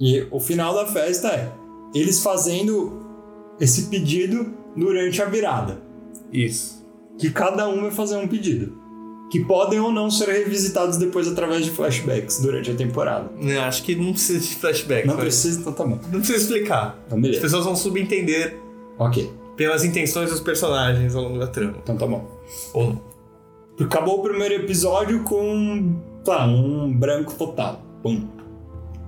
Speaker 3: e o final da festa é eles fazendo esse pedido durante a virada.
Speaker 1: Isso.
Speaker 3: que cada um vai fazer um pedido. Que podem ou não ser revisitados depois através de flashbacks durante a temporada.
Speaker 1: Eu acho que não precisa de flashback.
Speaker 3: Não
Speaker 1: mas-
Speaker 3: precisa, então tá bom.
Speaker 1: não precisa explicar.
Speaker 3: Então
Speaker 1: As
Speaker 3: beleza.
Speaker 1: pessoas vão subentender
Speaker 3: Ok,
Speaker 1: pelas intenções dos personagens ao longo da trama.
Speaker 3: então tá bom.
Speaker 1: Ou não.
Speaker 3: Acabou o primeiro episódio com. tá, um branco total. Bum.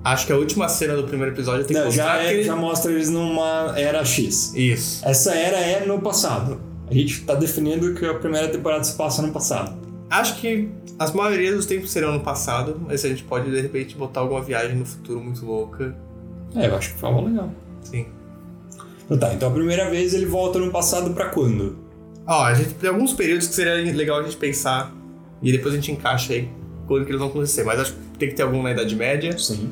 Speaker 1: Acho que a última cena do primeiro episódio tem que
Speaker 3: Não,
Speaker 1: mostrar
Speaker 3: já, é-
Speaker 1: que...
Speaker 3: já mostra eles numa era X.
Speaker 1: Isso.
Speaker 3: Essa era é no passado. A gente tá definindo que a primeira temporada se passa no passado.
Speaker 1: Acho que as maioria dos tempos serão no passado, mas a gente pode, de repente, botar alguma viagem no futuro muito louca.
Speaker 3: É, eu acho que foi uma legal.
Speaker 1: Sim.
Speaker 3: Então tá, então a primeira vez ele volta no passado pra quando?
Speaker 1: Ó, a gente tem alguns períodos que seria legal a gente pensar e depois a gente encaixa aí quando que eles vão acontecer. Mas acho que tem que ter algum na Idade Média,
Speaker 3: Sim.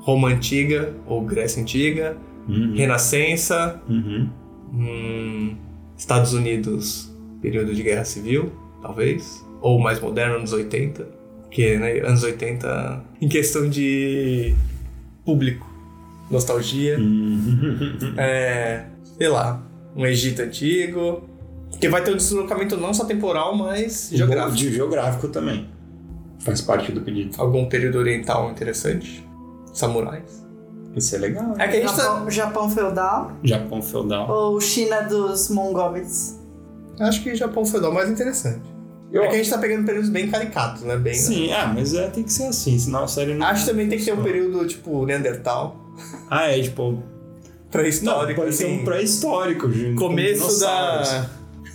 Speaker 1: Roma Antiga ou Grécia Antiga,
Speaker 3: Uhum.
Speaker 1: Renascença,
Speaker 3: Uhum.
Speaker 1: hum, Estados Unidos, período de guerra civil, talvez, ou mais moderno, anos 80, porque né, anos 80, em questão de público, nostalgia,
Speaker 3: Uhum.
Speaker 1: é, sei lá, um Egito antigo, porque vai ter um deslocamento não só temporal, mas geográfico.
Speaker 3: De geográfico também. Faz parte do pedido.
Speaker 1: Algum período oriental interessante, samurais.
Speaker 3: Isso é legal.
Speaker 1: É que a gente tá...
Speaker 2: Japão, Japão feudal
Speaker 3: Japão feudal.
Speaker 2: ou China dos mongóides?
Speaker 1: tá, Acho que Japão feudal é mais interessante. É que a gente tá pegando períodos bem caricatos, né? Bem,
Speaker 3: Sim, ah, mas é, tem que ser assim, senão a série não.
Speaker 1: Acho que também tem que ter um período, tipo, Neandertal,
Speaker 3: Ah, é tipo. Não,
Speaker 1: pré-histórico,
Speaker 3: pode ser
Speaker 1: assim.
Speaker 3: um pré-histórico, gente. com
Speaker 1: começo
Speaker 3: dinossauros.
Speaker 1: da...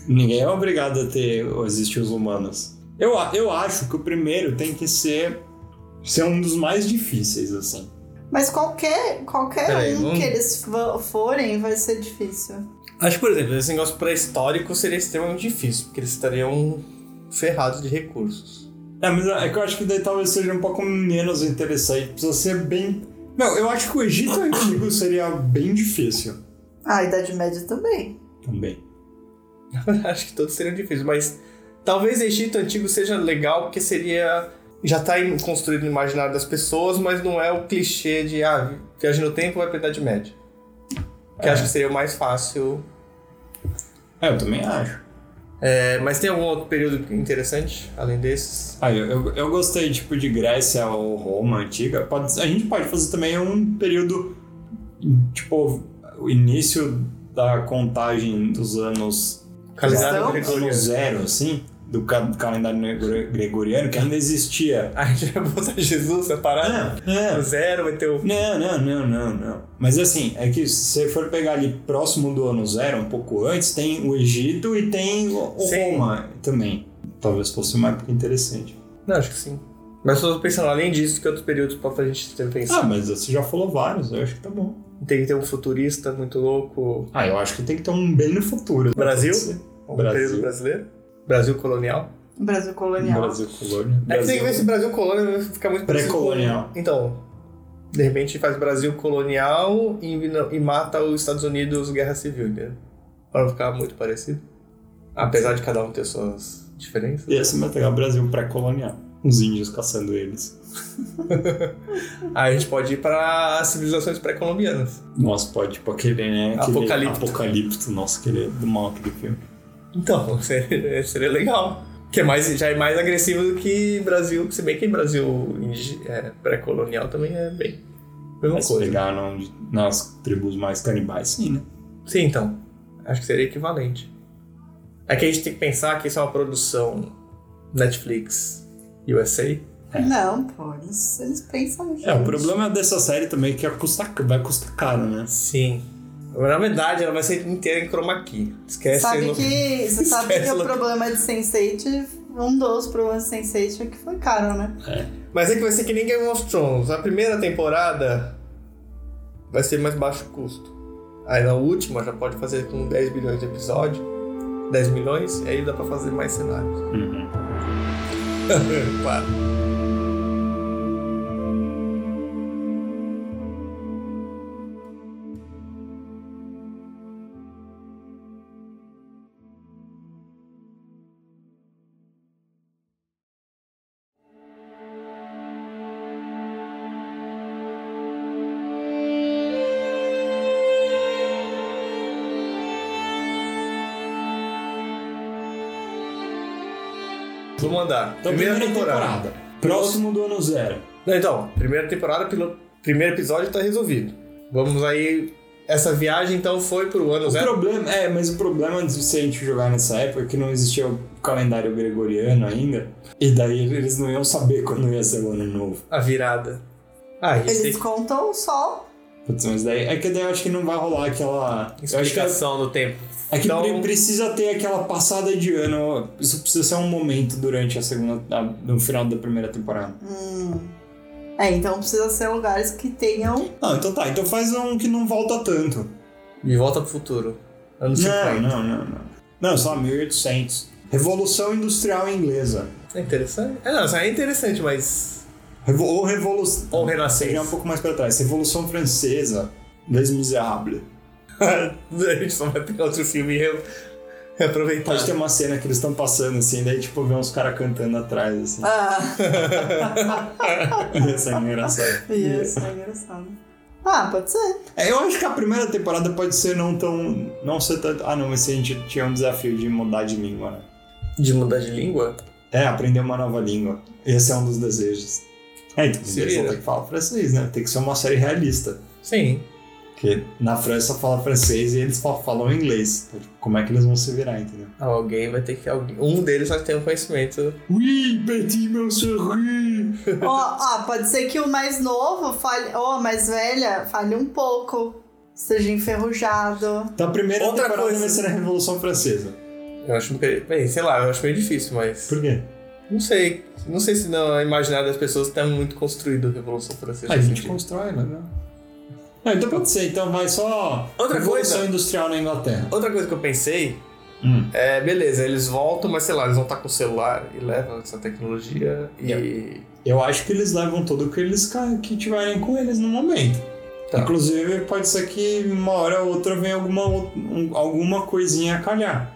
Speaker 3: Ninguém é obrigado a ter ou existir os humanos. Eu, a- eu acho que o primeiro tem que ser. ser um dos mais difíceis, assim.
Speaker 2: Mas qualquer, qualquer
Speaker 1: Peraí,
Speaker 2: um
Speaker 1: vamos-
Speaker 2: que eles fo- forem vai ser difícil.
Speaker 1: Acho que, por exemplo, esse negócio pré-histórico seria extremamente difícil, porque eles estariam ferrados de recursos.
Speaker 3: É, mas é que eu acho que daí talvez seja um pouco menos interessante. Precisa ser bem. Não, eu acho que o Egito Antigo seria bem difícil
Speaker 2: Ah, a Idade Média também.
Speaker 3: também.
Speaker 1: Acho que todos seriam difíceis, mas talvez Egito Antigo seja legal, porque seria. Já tá em- construído no imaginário das pessoas, mas não é o clichê de, ah, viagem no tempo vai pra Idade Média. Que
Speaker 3: É.
Speaker 1: acho que seria o mais fácil.
Speaker 3: É, eu também acho.
Speaker 1: É, mas tem algum outro período interessante, além desses?
Speaker 3: Ah, eu, eu, eu gostei, tipo, de Grécia ou Roma antiga. Pode, a gente pode fazer também um período, tipo, o início da contagem dos anos
Speaker 1: Calendário
Speaker 2: Cristão?
Speaker 3: ano
Speaker 1: gregoriano.
Speaker 3: zero, assim, do, ca- do calendário negre- gregoriano, que ainda existia.
Speaker 1: Aí já vai botar Jesus separado.
Speaker 3: Ah, é.
Speaker 1: O zero vai ter o.
Speaker 3: Não, não, não, não, não. Mas assim, é que se você for pegar ali próximo do ano zero, um pouco antes, tem o Egito e tem o o
Speaker 1: Sim.
Speaker 3: Roma também. Talvez fosse uma época interessante.
Speaker 1: Não, acho que sim. Mas eu tô pensando, além disso, que outros períodos pra gente ter pensado?
Speaker 3: Ah, mas você já falou vários, eu acho que tá bom.
Speaker 1: Tem que ter um futurista muito louco.
Speaker 3: Ah, eu acho que tem que ter um bem no futuro.
Speaker 1: Brasil? Um
Speaker 3: Brasil.
Speaker 1: período brasileiro? Brasil colonial?
Speaker 2: Brasil colonial.
Speaker 3: Brasil colônia.
Speaker 1: É que tem que ver se Brasil colonial vai ficar muito parecido com-
Speaker 3: Pré-colonial.
Speaker 1: Então, de repente faz Brasil colonial e, e mata os Estados Unidos guerra civil, né? Pra não ficar muito parecido. Apesar de cada um ter suas diferenças.
Speaker 3: Ia ser mais legal Brasil pré-colonial. Os índios caçando eles.
Speaker 1: Aí a gente pode ir para civilizações pré-colombianas.
Speaker 3: Nossa, pode, tipo, aquele, né? Aquele
Speaker 1: Apocalipto.
Speaker 3: Apocalipto, nossa, aquele do mal aquele filme.
Speaker 1: Então, seria, seria legal. Que é mais, já é mais agressivo do que Brasil, se bem que Brasil indí- é, pré-colonial também é bem. Mesma
Speaker 3: Mas se
Speaker 1: coisa.
Speaker 3: pegar onde- nas tribos mais canibais, sim, né?
Speaker 1: Sim, então. Acho que seria equivalente. É que a gente tem que pensar que isso é uma produção Netflix USA.
Speaker 2: Não, pô, eles, eles pensam nisso.
Speaker 3: É, o problema dessa série também é que ela custa- vai custar caro, né?
Speaker 1: Sim. Na verdade, ela vai ser inteira em chroma key.
Speaker 3: é
Speaker 1: Esquece.
Speaker 2: Sabe
Speaker 1: no-
Speaker 2: que, você sabe que
Speaker 1: Esquece
Speaker 2: o
Speaker 1: no-
Speaker 2: problema de Sense8, um dos problemas de Sense8 é que foi caro, né?
Speaker 1: Mas é que vai ser que nem Game of Thrones. A primeira temporada vai ser mais baixo custo. Aí na última já pode fazer com 10 bilhões de episódio. 10 milhões, e aí dá pra fazer mais cenários.
Speaker 3: Uhum.
Speaker 1: claro. Vou mandar.
Speaker 3: Então, primeira, temporada. Próximo do ano zero.
Speaker 1: Não, então, primeira temporada, pilo- primeiro episódio tá resolvido. Vamos aí. Essa viagem então foi pro ano
Speaker 3: O
Speaker 1: zero.
Speaker 3: problema, é, mas o problema de se a gente jogar nessa época é que não existia o calendário gregoriano ainda. E daí eles não iam saber quando ia ser o ano novo.
Speaker 1: A virada. Ah, isso
Speaker 2: Eles contam só
Speaker 3: Putz, mas daí. É que daí eu acho que não vai rolar aquela. Eu acho que é,
Speaker 1: explicação do tempo.
Speaker 3: é que
Speaker 1: Então-
Speaker 3: pre- precisa ter aquela passada de ano. Isso precisa ser um momento durante a segunda. a- no final da primeira temporada.
Speaker 2: Hum. É, então precisa ser lugares que tenham.
Speaker 3: Não, então tá. Então faz um que não volta tanto.
Speaker 1: De volta pro futuro. Ano
Speaker 3: Não,
Speaker 1: 50.
Speaker 3: não, não, não. Não, só 1800. Revolução Industrial Inglesa.
Speaker 1: É interessante. É, não, isso aí é interessante, mas.
Speaker 3: Revo- ou Revolução.
Speaker 1: Ou Renascença.
Speaker 3: Já um pouco mais pra trás. Revolução Francesa. Les Miserables.
Speaker 1: A gente só vai pegar outro filme e re- reaproveitar.
Speaker 3: Pode ter uma cena que eles estão passando assim, daí tipo vê uns caras cantando atrás, assim.
Speaker 2: Ah,
Speaker 3: Isso é engraçado.
Speaker 2: isso, é engraçado. Ah, pode ser.
Speaker 3: É, eu acho que a primeira temporada pode ser não tão. Não ser tanto. Ah, não, mas se a gente tinha um desafio de mudar de língua, né?
Speaker 1: De mudar de língua?
Speaker 3: É, aprender uma nova língua. Esse é um dos desejos. É, então,
Speaker 1: Se
Speaker 3: eles vão
Speaker 1: vira.
Speaker 3: ter que falar francês, né? Tem que ser uma série realista.
Speaker 1: Sim.
Speaker 3: Porque na França fala francês e eles só falam inglês. Então, tipo, Como é que eles vão se virar, entendeu?
Speaker 1: Ah, alguém vai ter que. alguém- Um deles vai ter um conhecimento.
Speaker 3: Oui, petit monsieur.
Speaker 2: Ó, ó, pode ser que o mais novo falhe. Ou a mais velha falhe um pouco. Seja enferrujado.
Speaker 3: Então a primeira
Speaker 1: Outra
Speaker 3: temporada
Speaker 1: coisa.
Speaker 3: vai ser a Revolução Francesa.
Speaker 1: Eu acho que. Bem, sei lá, eu acho meio difícil, mas.
Speaker 3: Por quê?
Speaker 1: Não sei. Não sei se não, imaginário das pessoas está muito construído a Revolução assim. Francesa.
Speaker 3: A
Speaker 1: nesse
Speaker 3: gente
Speaker 1: sentido.
Speaker 3: constrói, né? Ah, então pode ser, então, mas só
Speaker 1: Outra
Speaker 3: Revolução
Speaker 1: coisa.
Speaker 3: industrial na Inglaterra.
Speaker 1: Outra coisa que eu pensei
Speaker 3: Hum.
Speaker 1: é, beleza, eles voltam, mas sei lá, eles vão estar com o celular e levam essa tecnologia e.
Speaker 3: Eu acho que eles levam tudo que eles ca- que tiverem com eles no momento.
Speaker 1: Tá.
Speaker 3: Inclusive, pode ser que uma hora ou outra venha alguma, ou- um- alguma coisinha a calhar.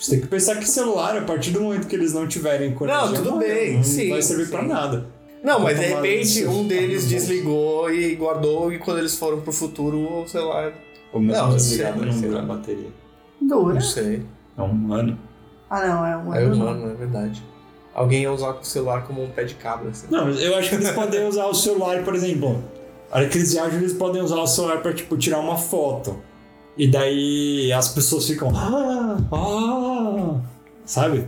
Speaker 3: Você tem que pensar que celular, a partir do momento que eles não tiverem conexão,
Speaker 1: Não, tudo
Speaker 3: olha,
Speaker 1: bem,
Speaker 3: não
Speaker 1: sim,
Speaker 3: vai servir pra
Speaker 1: sim.
Speaker 3: nada.
Speaker 1: Não, mas de
Speaker 3: Vou tomar
Speaker 1: repente
Speaker 3: isso.
Speaker 1: um deles
Speaker 3: Ah, não.
Speaker 1: desligou e guardou, e quando eles foram pro futuro, sei lá.
Speaker 3: Ou mesmo
Speaker 1: Não,
Speaker 3: desligado
Speaker 1: sei,
Speaker 3: não
Speaker 1: sei
Speaker 3: dura a
Speaker 1: lá.
Speaker 3: bateria.
Speaker 2: Dura.
Speaker 1: Não sei.
Speaker 3: É um ano.
Speaker 2: Ah, não, é um
Speaker 1: É
Speaker 2: ano.
Speaker 1: humano, é verdade. Alguém ia usar o celular como um pé de cabra, assim.
Speaker 3: Não, eu acho que eles podem usar o celular, por exemplo. A hora que eles viajam, eles podem usar o celular pra, tipo, tirar uma foto. E daí as pessoas ficam. Ah, ah, sabe?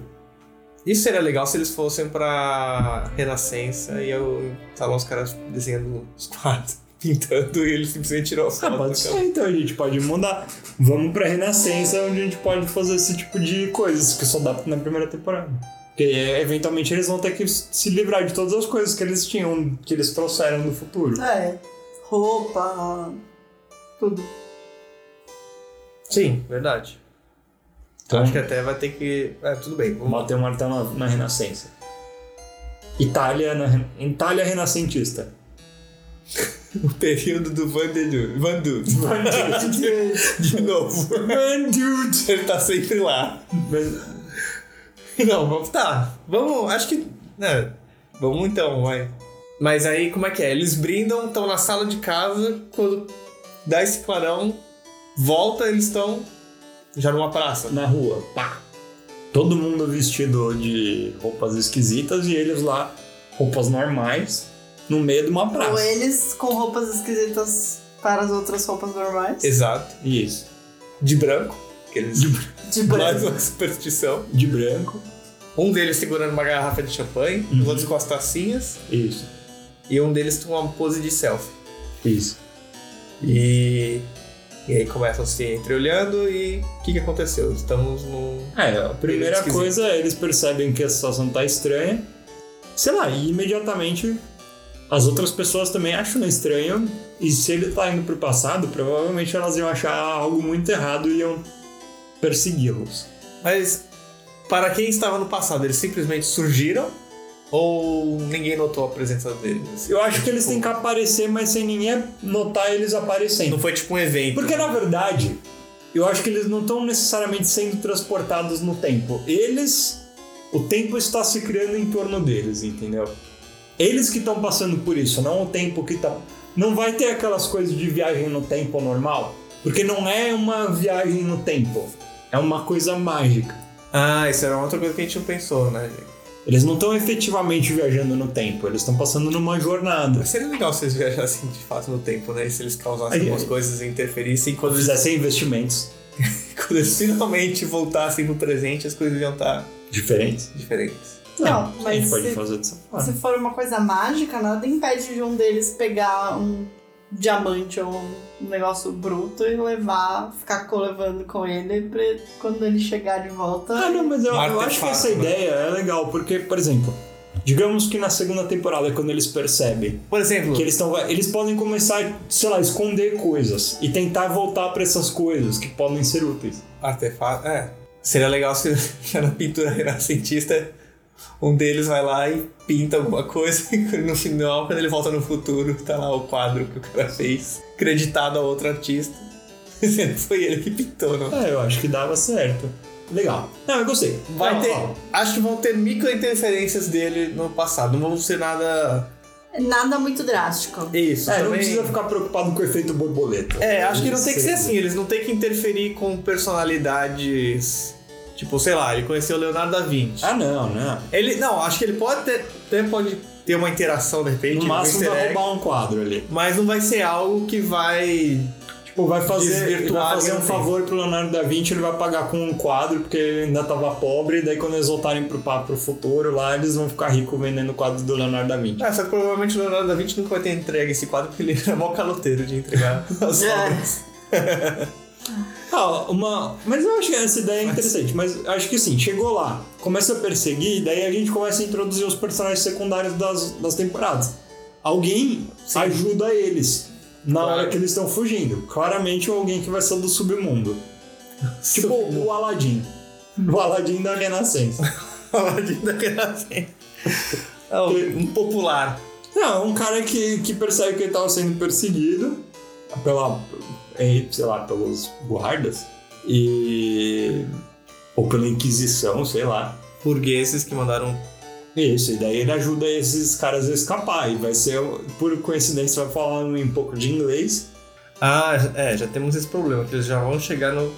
Speaker 1: Isso seria legal se eles fossem pra Renascença e eu tá lá os caras desenhando os quadros, pintando, e ele simplesmente tirou a
Speaker 3: Ah,
Speaker 1: foto.
Speaker 3: pode
Speaker 1: do
Speaker 3: ser, então a gente pode mudar. Vamos pra Renascença, onde a gente pode fazer esse tipo de coisas que só dá na primeira temporada. Porque é, eventualmente eles vão ter que se livrar de todas as coisas que eles tinham, que eles trouxeram do futuro.
Speaker 2: É. Roupa, tudo.
Speaker 1: Sim, verdade.
Speaker 3: Então,
Speaker 1: Acho que é até vai ter que. É, tudo bem. Vamos...
Speaker 3: Bater o martelo na, na Renascença. Itália, na, Ren- Itália renascentista.
Speaker 1: O período do Vandedu. Vandu. De novo.
Speaker 3: Man, dude!
Speaker 1: Ele tá sempre lá.
Speaker 3: Mas-
Speaker 1: Não, vamos. Tá, vamos. Acho que. né, Vamos então, vai. Mas aí, como é que é? Eles brindam, estão na sala de casa, quando dá esse clarão, volta, eles estão já numa praça.
Speaker 3: Na rua, pá! Todo mundo vestido de roupas esquisitas e eles lá, roupas normais, no meio de uma
Speaker 2: Ou
Speaker 3: praça.
Speaker 2: eles com roupas esquisitas para as outras roupas normais.
Speaker 1: Exato.
Speaker 3: Isso.
Speaker 1: De branco. Que eles...
Speaker 2: De
Speaker 1: Mais
Speaker 2: branco.
Speaker 1: uma superstição.
Speaker 3: De branco.
Speaker 1: Um deles segurando uma garrafa de champanhe, os
Speaker 3: Uhum.
Speaker 1: outros com as tacinhas,
Speaker 3: Isso.
Speaker 1: e um deles com uma pose de selfie.
Speaker 3: Isso.
Speaker 1: E. E aí começam se entreolhando e. O que, que aconteceu? Estamos num.
Speaker 3: É, a primeira
Speaker 1: Esquisito.
Speaker 3: coisa, é, eles percebem que a situação tá estranha. Sei lá, e imediatamente as outras pessoas também acham estranho. E se ele tá indo pro passado, provavelmente elas iam achar algo muito errado e iam persegui-los.
Speaker 1: Mas para quem estava no passado, eles simplesmente surgiram ou ninguém notou a presença deles? assim?
Speaker 3: Eu acho que eles têm que aparecer, mas sem ninguém notar eles
Speaker 1: Não
Speaker 3: aparecendo.
Speaker 1: foi tipo um evento.
Speaker 3: Porque na verdade, eu acho que eles não estão necessariamente sendo transportados no tempo. Eles. O tempo está se criando em torno deles, entendeu? Eles que estão passando por isso, não o tempo que tá. Não vai ter aquelas coisas de viagem no tempo normal. Porque não é uma viagem no tempo. É uma coisa mágica.
Speaker 1: Ah, isso era outra coisa que a gente não pensou, né? gente?
Speaker 3: Eles não estão efetivamente viajando no tempo, eles estão passando numa jornada.
Speaker 1: Mas seria legal se eles viajassem de fato no tempo, né? E se eles causassem
Speaker 3: Aí,
Speaker 1: algumas
Speaker 3: aí.
Speaker 1: coisas e interferissem. Quando eles,
Speaker 3: Fizessem investimentos
Speaker 1: quando eles finalmente voltassem pro presente, as coisas iam estar
Speaker 3: diferentes.
Speaker 1: diferentes.
Speaker 2: Não,
Speaker 3: a gente
Speaker 2: mas
Speaker 3: pode
Speaker 2: se-
Speaker 3: fazer dessa forma.
Speaker 2: Se for uma coisa mágica, nada impede de um deles pegar um diamante ou um negócio bruto e levar, ficar colevando com ele pra quando ele chegar de volta.
Speaker 3: Ah, não, mas eu, eu
Speaker 1: Artefato,
Speaker 3: acho que essa
Speaker 1: né?
Speaker 3: ideia é legal, porque, por exemplo, digamos que na segunda temporada, quando eles percebem
Speaker 1: Por exemplo,
Speaker 3: que eles estão. Eles podem começar, sei lá, esconder coisas e tentar voltar pra essas coisas que podem ser úteis.
Speaker 1: artefato. É. Seria legal se na pintura renascentista um deles vai lá e pinta alguma coisa e no final, quando ele volta no futuro, tá lá o quadro que o cara fez, creditado a outro artista, dizendo que foi ele que pintou, não.
Speaker 3: É, eu acho que dava certo. Legal. Não, eu gostei.
Speaker 1: Vai
Speaker 3: Não,
Speaker 1: ter.
Speaker 3: ó,
Speaker 1: Acho que vão ter microinterferências dele no passado. Não vão ser nada.
Speaker 2: Nada muito drástico.
Speaker 1: Isso,
Speaker 3: É, não
Speaker 1: também-
Speaker 3: precisa ficar preocupado com o efeito borboleta.
Speaker 1: É, acho que não tem que ser
Speaker 3: Sei.
Speaker 1: assim. Eles não tem que interferir com personalidades. Tipo, sei lá, ele conheceu o Leonardo da Vinci.
Speaker 3: Ah, não, não.
Speaker 1: Ele, não, acho que ele pode ter, até pode ter uma interação de repente,
Speaker 3: No
Speaker 1: um
Speaker 3: máximo
Speaker 1: easter
Speaker 3: vai
Speaker 1: egg,
Speaker 3: roubar um quadro ali.
Speaker 1: mas não vai ser algo que vai.
Speaker 3: Tipo, vai fazer, ele
Speaker 1: Desvirtuar
Speaker 3: vai fazer
Speaker 1: ali
Speaker 3: um
Speaker 1: no
Speaker 3: favor pro Leonardo da Vinci, ele vai pagar com um quadro, porque ele ainda tava pobre, e daí quando eles voltarem pro, pa- pro futuro lá, eles vão ficar ricos vendendo o quadro do Leonardo da Vinci.
Speaker 1: Ah, só que provavelmente o Leonardo da Vinci nunca vai ter é Tipo,
Speaker 3: É
Speaker 1: entregue esse quadro porque ele era mó caloteiro de entregar as
Speaker 2: É.
Speaker 1: obras.
Speaker 3: Ah, lá, uma. Mas eu acho que essa ideia é interessante. Mas eu acho que assim, chegou lá, começa a perseguir, daí a gente começa a introduzir os personagens secundários das, das temporadas. Alguém ajuda eles na
Speaker 1: Claro.
Speaker 3: hora que eles estão fugindo. Claramente alguém que vai ser do submundo. Tipo o Aladdin. O Aladdin da Renascença.
Speaker 1: Aladdin da Renascença. É um um popular.
Speaker 3: Não, é um cara que, que percebe que ele tava sendo perseguido pela. eh, sei lá, pelos guardas. E. Ou pela Inquisição, sei lá. É
Speaker 1: Burgueses que mandaram.
Speaker 3: Isso, e daí ele ajuda esses caras a escapar. E vai ser, por coincidência, vai falar um pouco de inglês.
Speaker 1: Ah, é, já temos esse problema, que eles já vão chegar no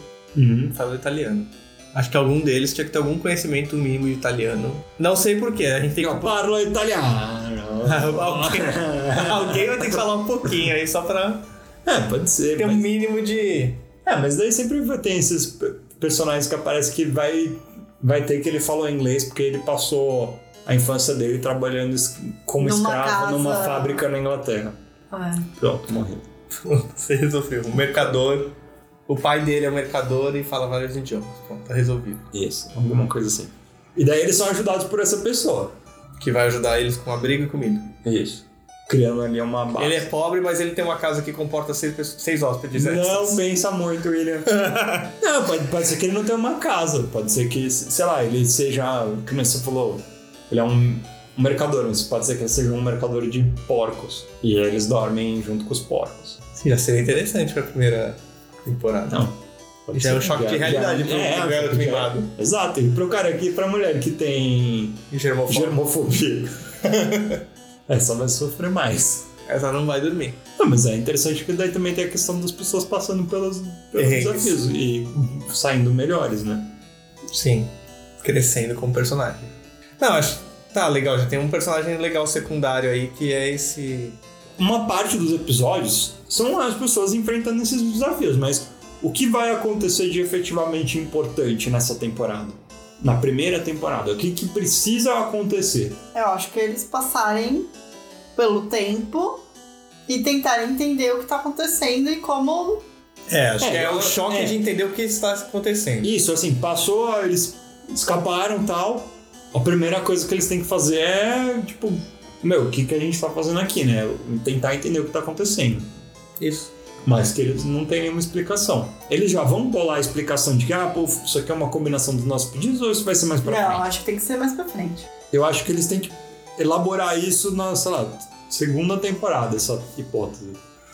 Speaker 1: falo italiano. Acho que algum deles tinha que ter algum conhecimento mínimo de italiano. Não sei porquê, a gente tem que.
Speaker 3: Eu parlo italiano.
Speaker 1: Alguém- Alguém vai ter que falar um pouquinho aí só pra
Speaker 3: é, pode ser.
Speaker 1: ter um
Speaker 3: mas-
Speaker 1: mínimo de.
Speaker 3: É, mas daí sempre vai- tem esses pe- personagens que aparecem que vai, vai ter que ele falou inglês porque ele passou a infância dele trabalhando es- como
Speaker 2: Numa
Speaker 3: escravo
Speaker 2: casa.
Speaker 3: numa fábrica na Inglaterra.
Speaker 2: É.
Speaker 3: Pronto, morreu.
Speaker 1: Você resolveu. O mercador. O pai dele é o mercador e fala vários idiomas. Pronto, tá resolvido.
Speaker 3: Isso, alguma coisa assim. E daí eles são ajudados por essa pessoa.
Speaker 1: Que vai ajudar eles com abrigo e comida.
Speaker 3: Isso. Criando ali uma base.
Speaker 1: Ele é pobre, mas ele tem uma casa que comporta seis, pessoas- seis hóspedes. né?
Speaker 3: Não pensa muito, William. não, pode, pode ser que ele não tenha uma casa. Pode ser que, sei lá, ele seja. Como você falou, ele é um, um mercador, mas pode ser que ele seja um mercador de porcos. E eles dormem junto com os porcos.
Speaker 1: Sim, já seria interessante pra primeira temporada.
Speaker 3: Não. Pode
Speaker 1: Já é
Speaker 3: ser.
Speaker 1: um choque de realidade pro- né?
Speaker 3: é,
Speaker 1: pro
Speaker 3: é,
Speaker 1: garoto
Speaker 3: já-
Speaker 1: mimado.
Speaker 3: Exato, e pro cara aqui, pra mulher que tem
Speaker 1: E germofóbico.
Speaker 3: germofobia. Essa vai sofrer mais.
Speaker 1: Essa não vai dormir.
Speaker 3: Não, mas é interessante que daí também tem a questão das pessoas passando pelos, pelos
Speaker 1: Perrengues.
Speaker 3: desafios e saindo melhores, né?
Speaker 1: Sim. Crescendo como personagem. Não, acho. Tá, legal, já tem um personagem legal secundário aí que é esse.
Speaker 3: uma parte dos episódios são as pessoas enfrentando esses desafios, mas o que vai acontecer de efetivamente importante nessa temporada? Na primeira temporada, o que, que precisa acontecer?
Speaker 2: Eu acho que eles passarem pelo tempo e tentarem entender o que tá acontecendo e como.
Speaker 1: É, acho
Speaker 3: É,
Speaker 1: que é o
Speaker 3: eu-
Speaker 1: choque
Speaker 3: é.
Speaker 1: de entender o que está acontecendo.
Speaker 3: Isso, assim, passou, eles escaparam tal. A primeira coisa que eles têm que fazer é, tipo, meu, o que, que a gente tá fazendo aqui, né? Tentar entender o que tá acontecendo.
Speaker 1: Isso.
Speaker 3: mas que eles não têm nenhuma explicação. Eles já vão bolar a explicação de que, ah, pô, isso aqui é uma combinação dos nossos pedidos ou isso vai ser mais pra
Speaker 2: Não,
Speaker 3: frente?
Speaker 2: acho que tem que ser mais pra frente.
Speaker 3: Eu acho que eles têm que elaborar isso na, sei lá, segunda temporada, essa hipótese.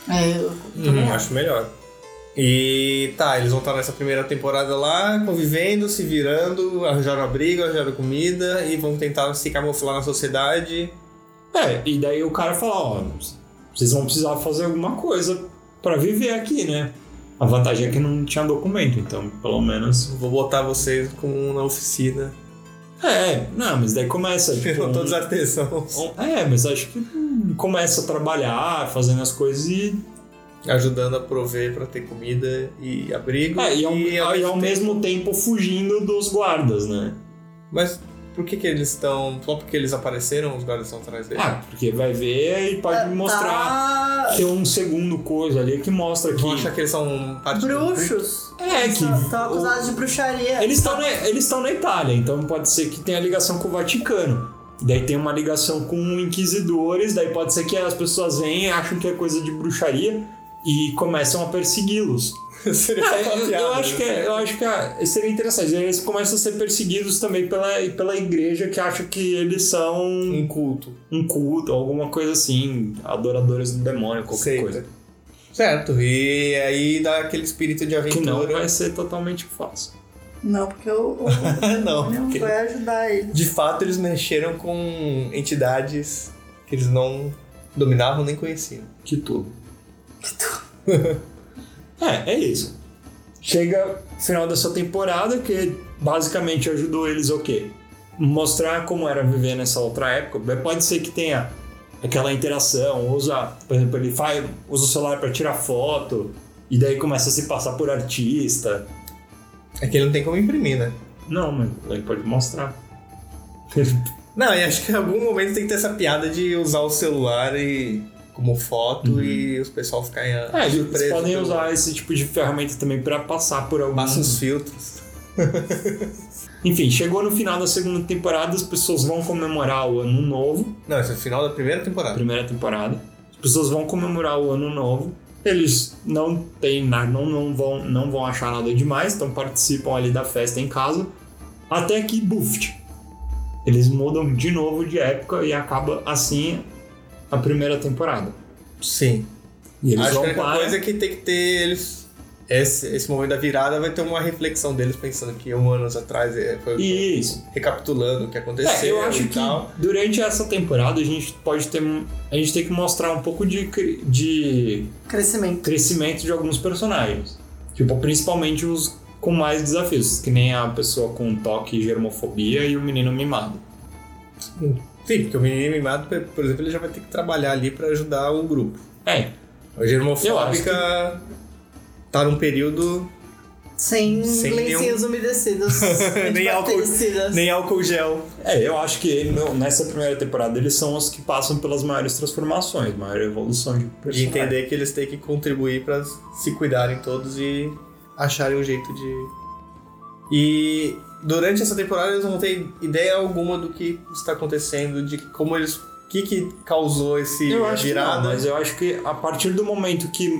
Speaker 2: É, eu também acho.
Speaker 1: acho melhor. E tá, eles vão estar nessa primeira temporada lá, convivendo, se virando, arranjaram abrigo, arranjaram comida e vão tentar se camuflar na sociedade.
Speaker 3: É, e daí o cara fala, ó, vocês vão precisar fazer alguma coisa pra viver aqui, né? A vantagem é que não tinha documento, então pelo menos.
Speaker 1: Vou botar vocês com um na oficina.
Speaker 3: É, não, mas daí começa. Tipo,
Speaker 1: Viram
Speaker 3: um-
Speaker 1: todos artesãos.
Speaker 3: um- é, mas acho que hum, começa a trabalhar, fazendo as coisas e
Speaker 1: Ajudando a prover pra ter comida e abrigo.
Speaker 3: É, e ao, e ao
Speaker 1: tempo-
Speaker 3: mesmo tempo fugindo dos guardas, né?
Speaker 1: Mas por que que eles estão... Só porque eles apareceram, os guardas estão atrás deles?
Speaker 3: Ah, porque vai ver e pode mostrar.
Speaker 2: Tá...
Speaker 3: Tem um segundo coisa ali que mostra que.
Speaker 1: Vão achar que eles são parte do-
Speaker 2: Bruxos.
Speaker 3: É, que.
Speaker 2: Estão acusados de bruxaria.
Speaker 3: Eles estão na, eles estão na Itália, então pode ser que tenha ligação com o Vaticano. Daí tem uma ligação com inquisidores, daí pode ser que as pessoas vêm, acham que é coisa de bruxaria e começam a persegui-los.
Speaker 1: Seria
Speaker 3: Ah,
Speaker 1: só uma
Speaker 3: eu,
Speaker 1: piada,
Speaker 3: eu acho
Speaker 1: né?
Speaker 3: que, é- eu acho que ah, seria interessante. Eles começam a ser perseguidos também pela, pela igreja que acha que eles são
Speaker 1: Um culto.
Speaker 3: um culto, alguma coisa assim, adoradores do demônio, qualquer
Speaker 1: Seita.
Speaker 3: coisa.
Speaker 1: Certo, e aí dá aquele espírito de
Speaker 3: Que não
Speaker 1: aventura.
Speaker 3: vai ser totalmente fácil.
Speaker 2: Não, porque eu.
Speaker 1: não,
Speaker 2: Não
Speaker 1: porque
Speaker 2: vai ajudar ele.
Speaker 1: de fato eles mexeram com entidades que eles não dominavam nem conheciam.
Speaker 3: Que tudo. é, é isso. Chega final dessa temporada que basicamente ajudou eles o quê? Mostrar como era viver nessa outra época. Mas Pode ser que tenha aquela interação, usa, por exemplo, ele faz, usa o celular para tirar foto e daí começa a se passar por artista.
Speaker 1: É que ele não tem como imprimir, né?
Speaker 3: Não, mas ele pode mostrar.
Speaker 1: Não, e acho que em algum momento tem que ter essa piada de usar o celular e como foto e os pessoal ficar
Speaker 3: Uhum. É, eles
Speaker 1: surpreso.
Speaker 3: podem
Speaker 1: pelo-
Speaker 3: usar esse tipo de ferramenta também pra passar por algum.
Speaker 1: Passa os filtros.
Speaker 3: Enfim, chegou no final da segunda temporada, as pessoas vão comemorar o ano novo,
Speaker 1: Não, esse é o final da primeira temporada.
Speaker 3: primeira temporada. As pessoas vão comemorar o ano novo. Eles não têm nada, não, não vão, não vão achar nada demais, então participam ali da festa em casa. Até que buft. Eles mudam de novo de época e acaba assim a primeira temporada.
Speaker 1: Sim.
Speaker 3: E eles
Speaker 1: Acho que a
Speaker 3: vão
Speaker 1: única
Speaker 3: para.
Speaker 1: coisa é que tem que ter eles. Esse, esse momento da virada vai ter uma reflexão deles pensando que um ano atrás é, foi
Speaker 3: Isso.
Speaker 1: recapitulando o que aconteceu
Speaker 3: É, eu acho
Speaker 1: e
Speaker 3: que
Speaker 1: tal.
Speaker 3: durante essa temporada a gente pode ter. um- A gente tem que mostrar um pouco de, cre- de
Speaker 2: Crescimento.
Speaker 3: crescimento de alguns personagens. Tipo, principalmente os com mais desafios, que nem a pessoa com toque e germofobia e o menino mimado.
Speaker 1: Sim, porque o menino mimado, por exemplo, ele já vai ter que trabalhar ali pra ajudar o grupo.
Speaker 3: É,
Speaker 1: A
Speaker 3: Eu acho
Speaker 1: germofóbica tá num período.
Speaker 2: Sem,
Speaker 1: Sem
Speaker 2: lencinhos umedecidos.
Speaker 1: Nem álcool.
Speaker 2: antibactericidas.
Speaker 1: Nem álcool gel.
Speaker 3: é eu acho que ele, no- nessa primeira temporada eles são os que passam pelas maiores transformações, maior evolução de
Speaker 1: De
Speaker 3: personagem.
Speaker 1: entender que eles têm que contribuir pra se cuidarem todos e acharem um jeito de. E durante essa temporada eles não têm ideia alguma do que está acontecendo, de como eles. O que, que causou esse
Speaker 3: Eu acho que não,
Speaker 1: é virada. né?
Speaker 3: mas eu acho que a partir do momento que,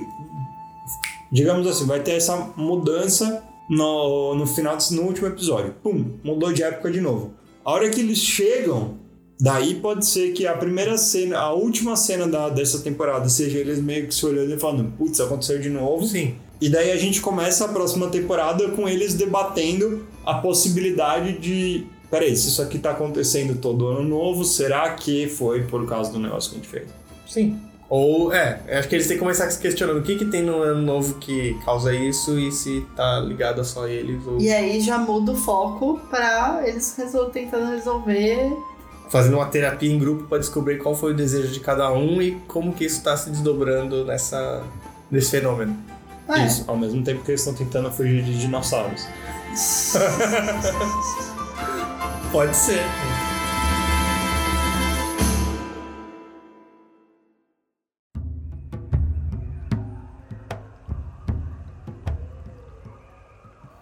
Speaker 3: digamos assim, vai ter essa mudança no, no final, no último episódio. Pum, mudou de época de novo. A hora que eles chegam, daí pode ser que a primeira cena, a última cena da, dessa temporada seja eles meio que se olhando e falando, putz, aconteceu de novo.
Speaker 1: Sim.
Speaker 3: E daí a gente começa a próxima temporada com eles debatendo a possibilidade de. Peraí, se isso aqui tá acontecendo todo ano novo, será que foi por causa do negócio que a gente fez?
Speaker 1: Sim. Ou, é, eu acho que eles têm que começar se questionando o que, que tem no ano novo que causa isso e se tá ligado a só eles ou
Speaker 2: E aí já muda o foco pra eles resol- tentando resolver.
Speaker 3: é-
Speaker 1: fazendo uma terapia em grupo para descobrir qual foi o desejo de cada um e como que isso está se desdobrando nessa nesse fenômeno.
Speaker 2: Ah,
Speaker 3: Isso, ao mesmo tempo que eles estão tentando fugir de dinossauros.
Speaker 1: Pode ser.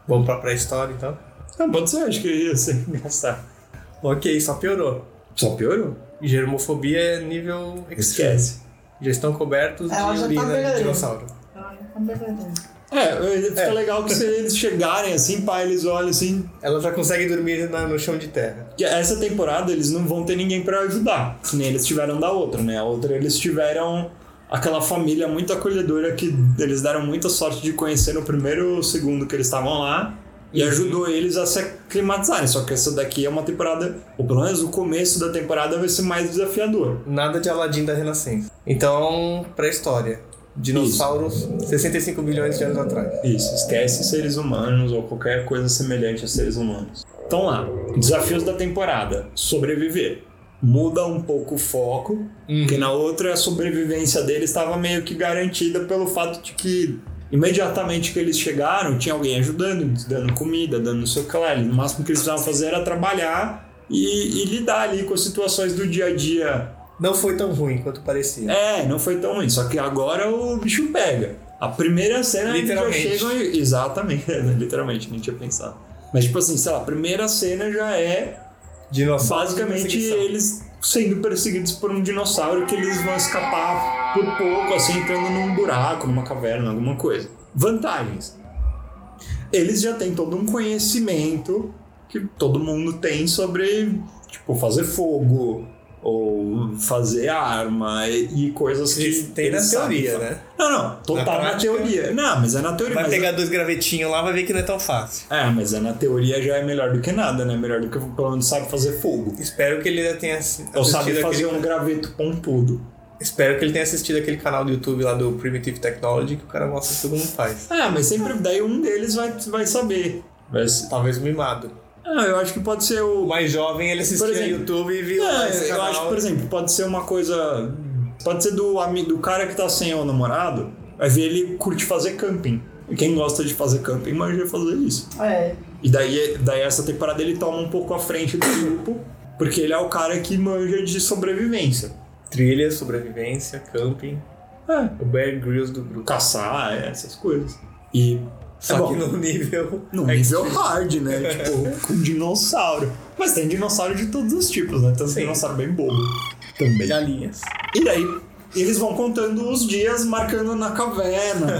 Speaker 1: Vamos pra pré-história então?
Speaker 3: Ah, pode ser, acho que ia ser engraçado.
Speaker 1: Ok, só piorou.
Speaker 3: Só piorou?
Speaker 1: Germofobia é nível extreme.
Speaker 3: Esquece.
Speaker 1: Já estão cobertos
Speaker 2: Ela
Speaker 1: de
Speaker 2: já tá
Speaker 1: urina de
Speaker 2: pegando.
Speaker 1: dinossauro.
Speaker 3: É, fica legal que se eles chegarem assim, pá, eles olham assim.
Speaker 1: Ela já consegue dormir na- no chão de terra.
Speaker 3: que Essa temporada eles não vão ter ninguém pra ajudar, que nem eles tiveram da outra, né? A outra eles tiveram aquela família muito acolhedora que eles deram muita sorte de conhecer no primeiro ou segundo que eles estavam lá. E
Speaker 1: Uhum.
Speaker 3: ajudou eles a se aclimatizarem. Só que essa daqui é uma temporada, ou pelo menos o começo da temporada vai ser mais desafiador.
Speaker 1: Nada de Aladim da Renascença. Então, pré-história. Dinossauros 65 bilhões de anos atrás.
Speaker 3: Isso, esquece seres humanos ou qualquer coisa semelhante a seres humanos. Então lá, desafios da temporada: sobreviver. Muda um pouco o foco, porque na outra a sobrevivência deles estava meio que garantida pelo fato de que imediatamente que eles chegaram tinha alguém ajudando, dando comida, dando não sei o que lá. O máximo que eles precisavam fazer era trabalhar e, e lidar ali com as situações do dia a dia
Speaker 1: Não foi tão ruim quanto parecia.
Speaker 3: é, não foi tão ruim. Só que agora o bicho pega. A primeira cena eles já
Speaker 1: Literalmente.
Speaker 3: chegam e... Exatamente, né? literalmente, nem tinha pensado. Mas tipo assim, sei lá, a primeira cena já é
Speaker 1: Dinossauros.
Speaker 3: basicamente
Speaker 1: de perseguição.
Speaker 3: eles sendo perseguidos por um dinossauro que eles vão escapar por pouco, assim, entrando num buraco, numa caverna, alguma coisa. Vantagens. Eles já têm todo um conhecimento que todo mundo tem sobre, tipo, fazer fogo ou fazer arma e, e coisas que
Speaker 1: Eles têm na
Speaker 3: eles sabem
Speaker 1: teoria,
Speaker 3: fazer.
Speaker 1: né?
Speaker 3: Não, não,
Speaker 1: Na
Speaker 3: total na,
Speaker 1: prática-
Speaker 3: teoria. Não, mas é na teoria.
Speaker 1: Vai
Speaker 3: mas
Speaker 1: pegar dois gravetinhos lá, vai ver que não é tão fácil.
Speaker 3: É, mas é na teoria já é melhor do que nada, né? Melhor do que pelo menos sabe fazer fogo.
Speaker 1: Espero que ele ainda tenha assi- assistido
Speaker 3: Ou sabe fazer
Speaker 1: aquele...
Speaker 3: um graveto pontudo.
Speaker 1: Espero que ele tenha assistido aquele canal do YouTube lá do Primitive Technology que o cara mostra que todo mundo faz.
Speaker 3: É, mas sempre daí um deles vai, vai saber. Vai se-
Speaker 1: Talvez o mimado.
Speaker 3: Ah, eu acho que pode ser
Speaker 1: O
Speaker 3: o.
Speaker 1: mais jovem ele assistia
Speaker 3: exemplo.
Speaker 1: YouTube e viu lá
Speaker 3: Não,
Speaker 1: esse
Speaker 3: eu
Speaker 1: canal.
Speaker 3: acho que, por exemplo, pode ser uma coisa. Pode ser do, ami- do cara que tá sem o namorado, vai ver ele curte fazer camping. E Quem gosta de fazer camping, mas vai fazer isso.
Speaker 2: É.
Speaker 3: E daí, daí essa temporada ele toma um pouco à frente do grupo, porque ele é o cara que manja de sobrevivência.
Speaker 1: Trilha, sobrevivência, camping,
Speaker 3: É,
Speaker 1: o Bear Grylls do grupo.
Speaker 3: caçar, é, essas coisas. E
Speaker 1: Só
Speaker 3: é bom.
Speaker 1: que no nível.
Speaker 3: No
Speaker 1: é
Speaker 3: nível hard, né? Tipo, com dinossauro. Mas tem dinossauro de todos os tipos, né? Tem um
Speaker 1: Sim.
Speaker 3: dinossauro bem bobo também.
Speaker 1: galinhas.
Speaker 3: E daí, eles vão contando os dias, marcando na caverna,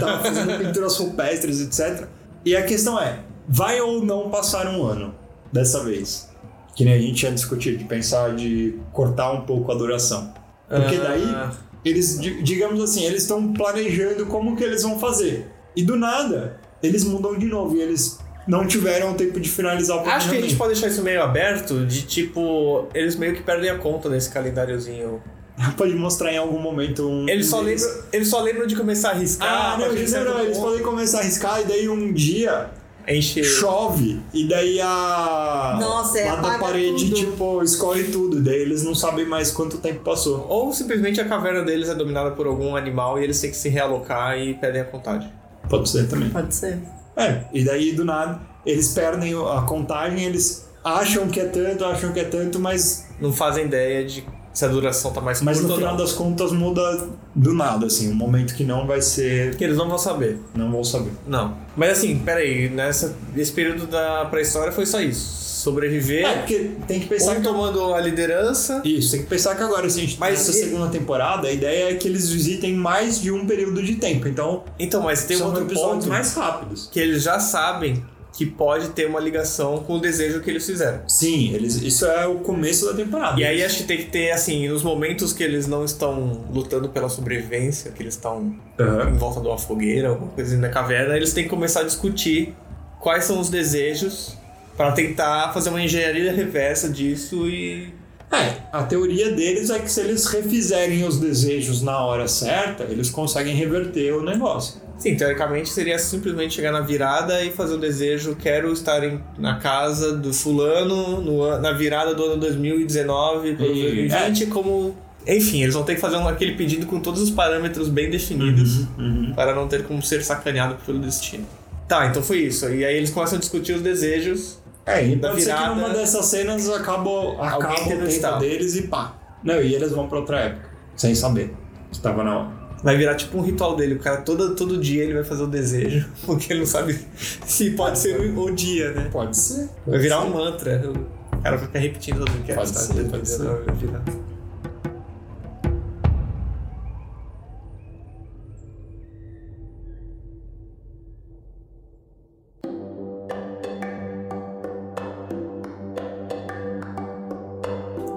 Speaker 3: tá? fazendo pinturas rupestres, etc. E a questão é, vai ou não passar um ano dessa vez? Que nem a gente tinha discutido, de pensar de cortar um pouco a duração. Porque daí,
Speaker 1: Ah,
Speaker 3: eles, di- digamos assim, eles estão planejando como que eles vão fazer. E do nada, eles mudam de novo e eles não tiveram tempo de finalizar o
Speaker 1: Ah, Acho que a gente
Speaker 3: planejamento.
Speaker 1: pode deixar isso meio aberto de tipo. Eles meio que perdem a conta desse calendáriozinho.
Speaker 3: pode mostrar em algum momento um.
Speaker 1: Eles só,
Speaker 3: deles.
Speaker 1: lembram, eles só lembram de começar a riscar.
Speaker 3: Ah,
Speaker 1: mas
Speaker 3: não,
Speaker 1: eles
Speaker 3: não, não,
Speaker 1: lembram
Speaker 3: eles
Speaker 1: do-
Speaker 3: podem começar a arriscar e daí um dia
Speaker 1: Enche.
Speaker 3: chove e daí a
Speaker 2: Nossa, é,
Speaker 3: lá da
Speaker 2: apaga
Speaker 3: parede
Speaker 2: tudo.
Speaker 3: tipo escorre tudo, daí eles não sabem mais quanto tempo passou.
Speaker 1: Ou simplesmente a caverna deles é dominada por algum animal e eles têm que se realocar e perdem a contagem.
Speaker 3: Pode ser também.
Speaker 2: Pode ser.
Speaker 3: É, e daí do nada eles perdem a contagem, eles acham que é tanto, acham que é tanto, mas
Speaker 1: Não fazem ideia de se a duração tá mais
Speaker 3: mas
Speaker 1: curta
Speaker 3: no
Speaker 1: ou
Speaker 3: final
Speaker 1: não.
Speaker 3: das contas muda do nada assim, um momento que não vai ser,
Speaker 1: Que eles não vão saber.
Speaker 3: não vou saber.
Speaker 1: Não. Mas assim, peraí, nessa, esse período da pré-história foi só isso. Sobreviver,
Speaker 3: É, porque tem que pensar
Speaker 1: um
Speaker 3: que
Speaker 1: tomando a liderança.
Speaker 3: Isso, tem que pensar que agora, assim,
Speaker 1: Mas
Speaker 3: nessa
Speaker 1: e-
Speaker 3: segunda temporada, a ideia é que eles visitem mais de um período de tempo. Então,
Speaker 1: Então, mas tem um
Speaker 3: são
Speaker 1: outro
Speaker 3: episódios
Speaker 1: ponto
Speaker 3: mais rápidos.
Speaker 1: que eles já sabem que pode ter uma ligação com o desejo que eles fizeram.
Speaker 3: Sim, eles, isso é o começo da temporada.
Speaker 1: E aí acho que tem que ter, assim, nos momentos que eles não estão lutando pela sobrevivência, que eles estão
Speaker 3: Aham.
Speaker 1: em volta de uma fogueira, alguma coisa assim, na caverna, eles têm que começar a discutir quais são os desejos para tentar fazer uma engenharia reversa disso e.
Speaker 3: É, a teoria deles é que se eles refizerem os desejos na hora certa, eles conseguem reverter o negócio.
Speaker 1: Sim, teoricamente seria simplesmente chegar na virada e fazer o desejo: quero estar em- na casa do fulano no an- na virada do ano 2019 para
Speaker 3: E-
Speaker 1: 2020, como. Enfim, eles vão ter que fazer um- aquele pedido com todos os parâmetros bem
Speaker 3: Uhum.
Speaker 1: definidos. para não ter como ser sacaneado pelo destino. Tá, então foi isso. E aí eles começam a discutir os desejos.
Speaker 3: É, e
Speaker 1: Da
Speaker 3: pode ser que
Speaker 1: virada-
Speaker 3: numa dessas cenas acaba, acaba o
Speaker 1: teve um
Speaker 3: tempo
Speaker 1: estalo.
Speaker 3: deles e pá. Não, e eles vão pra outra época, sem saber que tava na hora.
Speaker 1: Vai virar tipo um ritual dele. O cara todo, todo dia ele vai fazer o desejo. Porque ele não sabe se pode ser o, o dia, né?
Speaker 3: Pode ser.
Speaker 1: Vai virar um mantra. O cara vai ficar repetindo todo dia.
Speaker 3: Pode ser, pode ser.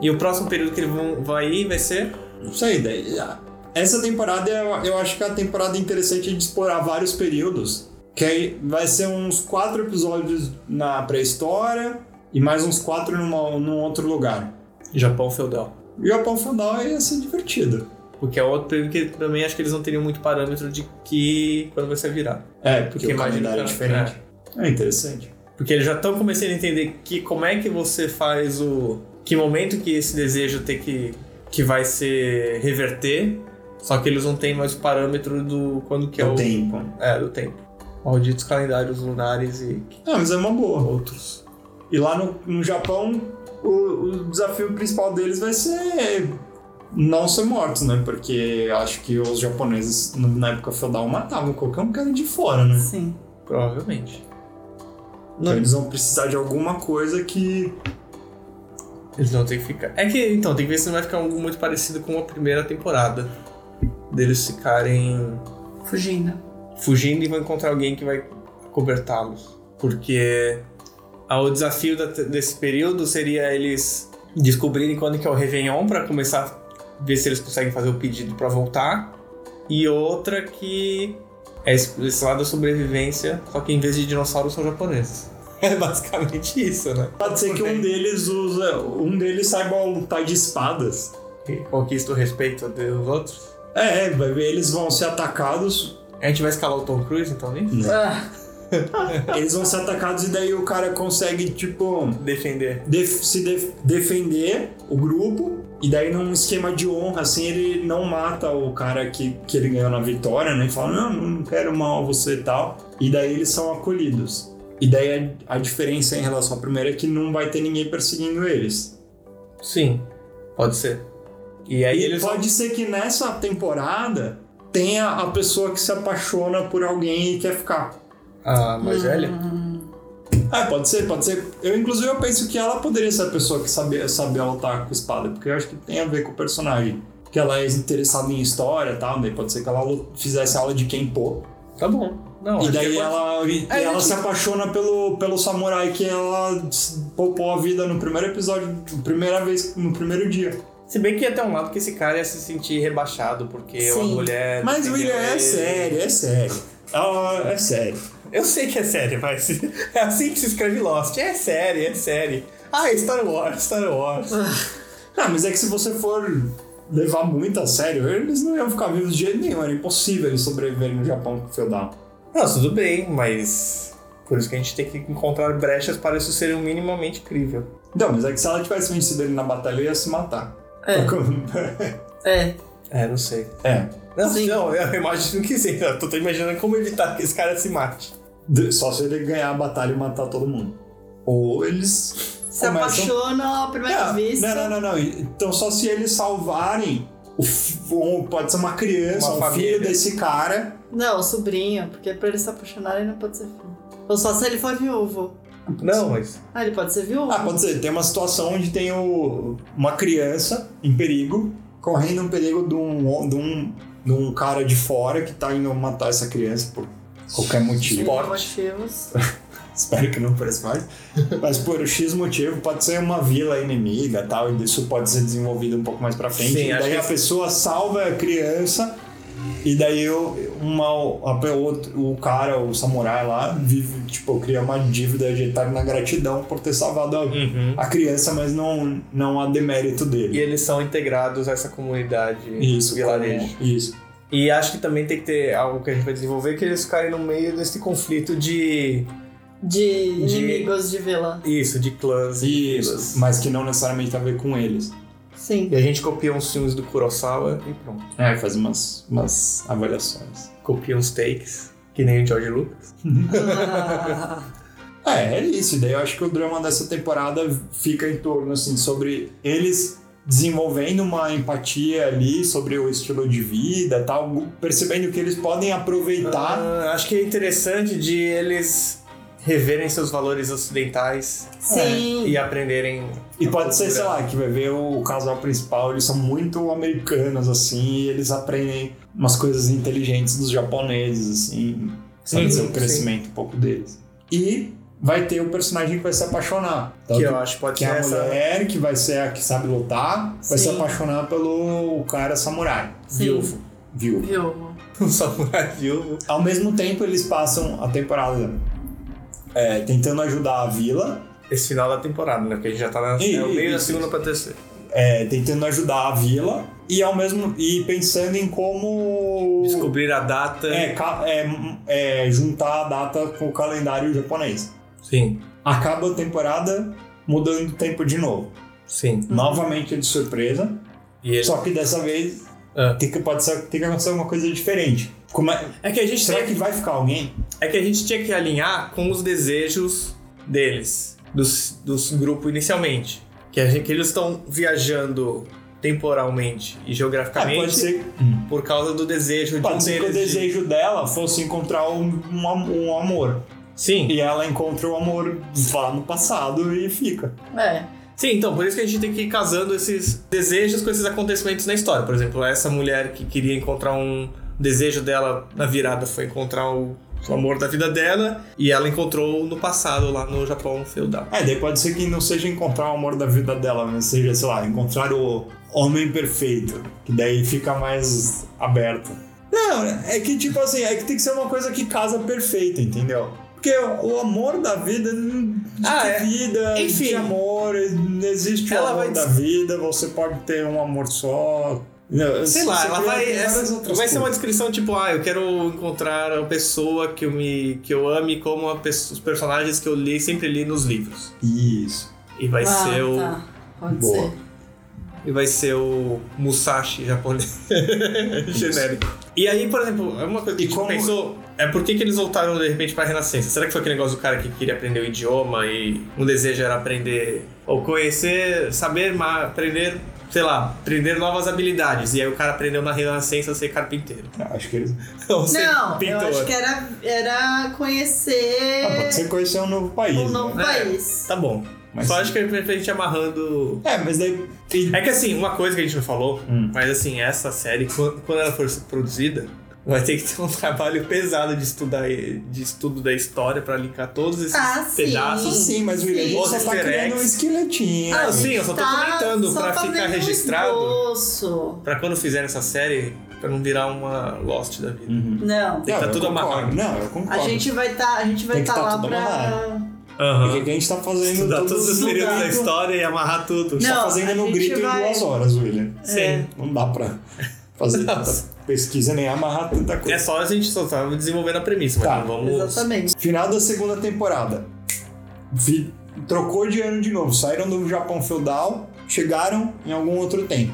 Speaker 1: E o próximo período que ele vão- vai ir vai ser?
Speaker 3: Não sei, daí. ah, Essa temporada eu, eu acho que é a temporada interessante de explorar vários períodos. Que aí vai ser uns quatro episódios na pré-história e mais uns quatro numa, num outro lugar.
Speaker 1: Japão feudal.
Speaker 3: E o Japão Fundal ia ser divertido.
Speaker 1: Porque é outro período que também acho que eles não teriam muito parâmetro de que quando vai ser virado.
Speaker 3: É, porque,
Speaker 1: Porque
Speaker 3: o
Speaker 1: imagina
Speaker 3: calendário é
Speaker 1: que era-
Speaker 3: diferente. É, interessante.
Speaker 1: Porque eles já estão começando a entender que como é que você faz o. Que momento que esse desejo tem que. que vai ser reverter. Só que eles não têm mais o parâmetro do quando que
Speaker 3: Que é
Speaker 1: é o.
Speaker 3: tempo.
Speaker 1: É, do tempo. Malditos calendários lunares e
Speaker 3: Ah, mas é uma boa.
Speaker 1: outros.
Speaker 3: E lá no, no Japão, o, o desafio principal deles vai ser não ser mortos, né? Porque acho que os japoneses, no- na época feudal, matavam qualquer um cara de fora, né?
Speaker 2: Sim.
Speaker 1: Provavelmente.
Speaker 3: Então
Speaker 1: Não.
Speaker 3: eles vão precisar de alguma coisa que.
Speaker 1: Eles não têm que ficar. É que então, tem que ver se não vai ficar algo muito parecido com a primeira temporada. Deles ficarem
Speaker 2: Fugindo.
Speaker 1: fugindo e vão encontrar alguém que vai cobertá-los. Porque ah, o desafio da- desse período seria eles descobrirem quando que é o Réveillon para começar a ver se eles conseguem fazer o pedido para voltar. E outra que é esse, esse lado da sobrevivência, só que em vez de dinossauros são japoneses. É basicamente isso, né?
Speaker 3: Pode ser que um deles usa. Um deles saiba lutar de espadas.
Speaker 1: Que Conquista o respeito dos outros.
Speaker 3: É, é, vai ver, eles vão ser atacados.
Speaker 1: A gente vai escalar o Tom Cruise, então, nem
Speaker 2: Ah,
Speaker 3: Eles vão ser atacados e daí o cara consegue, tipo.
Speaker 1: defender.
Speaker 3: def- se def- defender o grupo e daí num esquema de honra assim ele não mata o cara que, que ele ganhou na vitória né e fala não não quero mal a você e tal e daí eles são acolhidos e daí a, a diferença em relação à primeira é que não vai ter ninguém perseguindo eles
Speaker 1: Sim, pode ser. E aí
Speaker 3: E
Speaker 1: eles
Speaker 3: pode ser que nessa temporada tenha a pessoa que se apaixona por alguém e quer ficar.
Speaker 1: vão... A mais velha?
Speaker 3: Ah, pode ser, pode ser. Eu, inclusive, eu penso que ela poderia ser a pessoa que sabia, sabia lutar com espada, porque eu acho que tem a ver com o personagem. Porque ela é interessada em história e tal, daí pode ser que ela lu- fizesse aula de Kenpo.
Speaker 1: Tá bom. Não,
Speaker 3: e
Speaker 1: acho
Speaker 3: daí
Speaker 1: que pode-
Speaker 3: ela, e
Speaker 1: É,
Speaker 3: ela
Speaker 1: gente.
Speaker 3: se apaixona pelo, pelo samurai que ela s- poupou a vida no primeiro episódio, na primeira vez, no primeiro dia.
Speaker 1: Se bem que ia ter um lado que esse cara ia se sentir rebaixado, porque uma
Speaker 2: Sim.
Speaker 1: mulher.
Speaker 3: Mas,
Speaker 1: defendeu
Speaker 3: William, é
Speaker 1: ele.
Speaker 3: sério, é sério. Ah, é sério.
Speaker 1: Eu sei que é sério, mas é assim que se escreve Lost. É série, é série. Ah, é Star Wars, Star Wars.
Speaker 3: Ah, mas é que se você for levar muito a sério, eles não iam ficar vivos de jeito nenhum. Era impossível eles sobreviverem no Japão feudal.
Speaker 1: Não, tudo bem, mas. Por isso que a gente tem que encontrar brechas para isso ser um minimamente crível.
Speaker 3: Não, mas é que se ela tivesse vencido ele na batalha, ia se matar.
Speaker 2: É. É.
Speaker 1: É, não sei.
Speaker 3: é.
Speaker 1: Não,
Speaker 2: Sim.
Speaker 1: não, eu imagino que sim. Eu tô tô imaginando como evitar que esse cara se mate.
Speaker 3: De- Só se ele ganhar a batalha e matar todo mundo. Ou eles.
Speaker 2: Se
Speaker 3: começam-
Speaker 2: apaixona à primeira
Speaker 3: Não,
Speaker 2: vista.
Speaker 3: Não, não, não, não. Então só se eles salvarem. O fi- um- pode ser uma criança,
Speaker 1: Uma
Speaker 3: um
Speaker 1: família.
Speaker 3: filho desse cara.
Speaker 2: Não, o sobrinho, porque pra ele se apaixonar ele não pode ser filho. Ou só se ele for viúvo.
Speaker 1: Não, mas.
Speaker 2: Ah, ele pode ser viúvo?
Speaker 3: Ah, pode ser. Tem uma situação onde tem o- uma criança em perigo, correndo um perigo de um, de, um, de um cara de fora que tá indo matar essa criança por qualquer
Speaker 2: Ele
Speaker 3: motivo.
Speaker 2: tem
Speaker 1: Esporte.
Speaker 2: motivos.
Speaker 3: Espero que não apareça mais. Mas por X motivo, pode ser uma vila inimiga e tal, e isso pode ser desenvolvido um pouco mais pra frente.
Speaker 1: Sim,
Speaker 3: e
Speaker 1: acho
Speaker 3: daí
Speaker 1: que
Speaker 3: a
Speaker 1: sim.
Speaker 3: pessoa salva a criança, e daí eu, uma, a, pe- outro- o cara, o samurai lá, vive, tipo, cria uma dívida de eterna gratidão por ter salvado a,
Speaker 1: Uhum.
Speaker 3: a criança, mas não, não há demérito
Speaker 1: E
Speaker 3: dele.
Speaker 1: eles são integrados a essa comunidade
Speaker 3: Isso,
Speaker 1: vilarejo.
Speaker 3: como- Isso.
Speaker 1: E acho que também tem que ter algo que a gente vai desenvolver, que é eles ficarem no meio desse conflito de.
Speaker 2: De inimigos de vila.
Speaker 1: Isso, de clãs. e
Speaker 3: Isso.
Speaker 1: vilas.
Speaker 3: Mas que não necessariamente tem a ver com eles.
Speaker 2: Sim.
Speaker 1: E a gente copia uns filmes do Kurosawa e pronto.
Speaker 3: É, faz umas, umas avaliações.
Speaker 1: Copia uns takes, que nem o George Lucas.
Speaker 2: Ah,
Speaker 3: É, é isso. E Daí eu acho que o drama dessa temporada fica em torno, assim, sobre eles desenvolvendo uma empatia ali sobre o estilo de vida tal, percebendo que eles podem aproveitar.
Speaker 1: Ah, acho que é interessante de eles reverem seus valores ocidentais
Speaker 2: Sim.
Speaker 3: É.
Speaker 1: e aprenderem.
Speaker 3: e
Speaker 1: a
Speaker 3: pode ser, sei
Speaker 1: cultura.
Speaker 3: lá, que vai ver o casal principal, eles são muito americanos, assim, e eles aprendem umas coisas inteligentes dos japoneses, assim, sabe,
Speaker 1: Sim,
Speaker 3: o
Speaker 1: sim.
Speaker 3: crescimento um pouco deles. E vai ter o personagem que vai se apaixonar. Então,
Speaker 1: Que eu acho que pode
Speaker 3: Que
Speaker 1: ser
Speaker 3: é a
Speaker 1: essa.
Speaker 3: mulher que vai ser a que sabe lutar, vai se
Speaker 2: Sim.
Speaker 3: apaixonar pelo cara samurai.
Speaker 2: Sim.
Speaker 3: Viúvo. Viúvo.
Speaker 2: viúvo.
Speaker 1: Um samurai viúvo.
Speaker 3: Ao mesmo tempo, eles passam a temporada é, tentando ajudar a vila,
Speaker 1: Esse final da temporada, né? Porque a gente já tá na,
Speaker 3: Ih,
Speaker 1: é o meio
Speaker 3: ih,
Speaker 1: da
Speaker 3: ih.
Speaker 1: segunda pra terceira.
Speaker 3: é, tentando ajudar a vila e ao mesmo e pensando em como
Speaker 1: Descobrir a data.
Speaker 3: é, ca- é, é, juntar a data com o calendário japonês.
Speaker 1: Sim,
Speaker 3: Acaba a temporada mudando o tempo de novo,
Speaker 1: sim.
Speaker 3: novamente de surpresa.
Speaker 1: E ele...
Speaker 3: Só que dessa vez
Speaker 1: Ah.
Speaker 3: tem, que, pode ser, tem que acontecer alguma coisa diferente. Como é-
Speaker 1: É que a gente
Speaker 3: será
Speaker 1: tem-
Speaker 3: que vai ficar alguém?
Speaker 1: É que a gente tinha que alinhar com os desejos deles, dos, dos grupo inicialmente. Que, a gente- que eles estão viajando temporalmente e
Speaker 3: Ah, pode
Speaker 1: geograficamente
Speaker 3: ser,
Speaker 1: por causa do desejo de um
Speaker 3: pode ser que o
Speaker 1: deles. de-
Speaker 3: desejo dela fosse encontrar um, um am- um amor.
Speaker 1: Sim,
Speaker 3: E ela encontra o amor lá no passado e fica.
Speaker 2: É.
Speaker 1: sim, então por isso que a gente tem que ir casando esses desejos com esses acontecimentos na história. Por exemplo, essa mulher que queria encontrar um o desejo dela na virada foi encontrar o, o amor da vida dela e ela encontrou no passado lá no Japão feudal.
Speaker 3: É, daí pode ser que não seja encontrar o amor da vida dela, mas seja, sei lá, encontrar o homem perfeito. Que daí fica mais aberto. Não, é que tipo assim, é que tem que ser uma coisa que casa perfeita, entendeu? Porque o amor da vida, de
Speaker 1: Ah,
Speaker 3: ter
Speaker 1: é.
Speaker 3: vida,
Speaker 1: Enfim.
Speaker 3: de amor, existe o
Speaker 1: Ela
Speaker 3: amor
Speaker 1: vai
Speaker 3: da
Speaker 1: des-
Speaker 3: vida, você pode ter um amor só. Não,
Speaker 1: Sei
Speaker 3: você
Speaker 1: lá, ela
Speaker 3: pode
Speaker 1: vai.
Speaker 3: ter várias
Speaker 1: essa-
Speaker 3: outras
Speaker 1: vai ser uma
Speaker 3: coisas.
Speaker 1: descrição tipo, ah, eu quero encontrar a pessoa que eu, me, que eu ame como a pesso- os personagens que eu li, sempre li nos livros.
Speaker 3: Isso.
Speaker 1: E vai
Speaker 2: ah,
Speaker 1: ser o.
Speaker 2: tá. Pode
Speaker 3: Boa.
Speaker 2: ser.
Speaker 1: E vai ser o Musashi japonês. Genérico. E aí, por exemplo, é uma coisa que
Speaker 3: E
Speaker 1: a gente
Speaker 3: como-
Speaker 1: pensou. É por que, que eles voltaram de repente pra Renascença? Será que foi aquele negócio do cara que queria aprender o idioma e um desejo era aprender. Ou conhecer, saber, ma- aprender sei lá, aprender novas habilidades. E aí o cara aprendeu na Renascença a ser carpinteiro.
Speaker 3: Acho que eles.
Speaker 1: Ou ser
Speaker 2: Não, eu
Speaker 1: pintor.
Speaker 2: acho que era, era
Speaker 3: Ah,
Speaker 1: É.
Speaker 3: pode
Speaker 2: conhecer
Speaker 3: ser conhecer um novo país.
Speaker 2: um novo
Speaker 1: né?
Speaker 2: país.
Speaker 1: Tá bom.
Speaker 3: Mas-
Speaker 1: Só acho que pra gente amarrando.
Speaker 3: É, mas daí. e-
Speaker 1: É que assim, uma coisa que a gente não falou,
Speaker 3: Hum.
Speaker 1: mas assim, essa série, quando quando ela for produzida, vai ter que ter um trabalho pesado de estudar de estudo da história pra linkar todos esses
Speaker 2: Ah, sim.
Speaker 1: pedaços.
Speaker 3: Sim, mas William, a
Speaker 1: Sim.
Speaker 3: gente só tá
Speaker 1: Easter
Speaker 3: criando um
Speaker 1: eggs.
Speaker 3: esqueletinho.
Speaker 1: Ah, sim, eu só tô comentando
Speaker 2: Tá só
Speaker 1: pra
Speaker 2: fazendo
Speaker 1: ficar
Speaker 2: um
Speaker 1: registrado.
Speaker 2: esboço.
Speaker 1: Pra quando fizer essa série, pra não virar uma Lost da vida.
Speaker 3: Uhum.
Speaker 2: Não.
Speaker 1: Tem que tá
Speaker 3: eu
Speaker 1: tudo
Speaker 3: concordo.
Speaker 1: amarrado.
Speaker 3: Não, eu concordo.
Speaker 2: A gente vai estar, a gente vai
Speaker 3: Tem que
Speaker 2: tá
Speaker 3: tá
Speaker 2: lá
Speaker 3: tudo
Speaker 2: pra.
Speaker 3: amarrado. Porque que a gente tá fazendo
Speaker 1: Estudar
Speaker 3: todos
Speaker 1: todos os
Speaker 3: os
Speaker 1: períodos da
Speaker 3: lugares.
Speaker 1: história e amarrar tudo.
Speaker 3: Tá
Speaker 2: Não, a
Speaker 3: fazendo no
Speaker 2: gente
Speaker 3: grito
Speaker 2: vai-
Speaker 3: em duas horas, William.
Speaker 1: Sim.
Speaker 2: É.
Speaker 3: Não dá pra fazer tanta pesquisa nem amarrar tanta
Speaker 1: É
Speaker 3: coisa.
Speaker 1: só a gente só tava desenvolvendo a premissa, mas
Speaker 3: Tá.
Speaker 1: não vamos.
Speaker 2: Exatamente.
Speaker 3: Final da segunda temporada. Vi- Trocou de ano de novo. Saíram do Japão feudal, chegaram em algum outro tempo.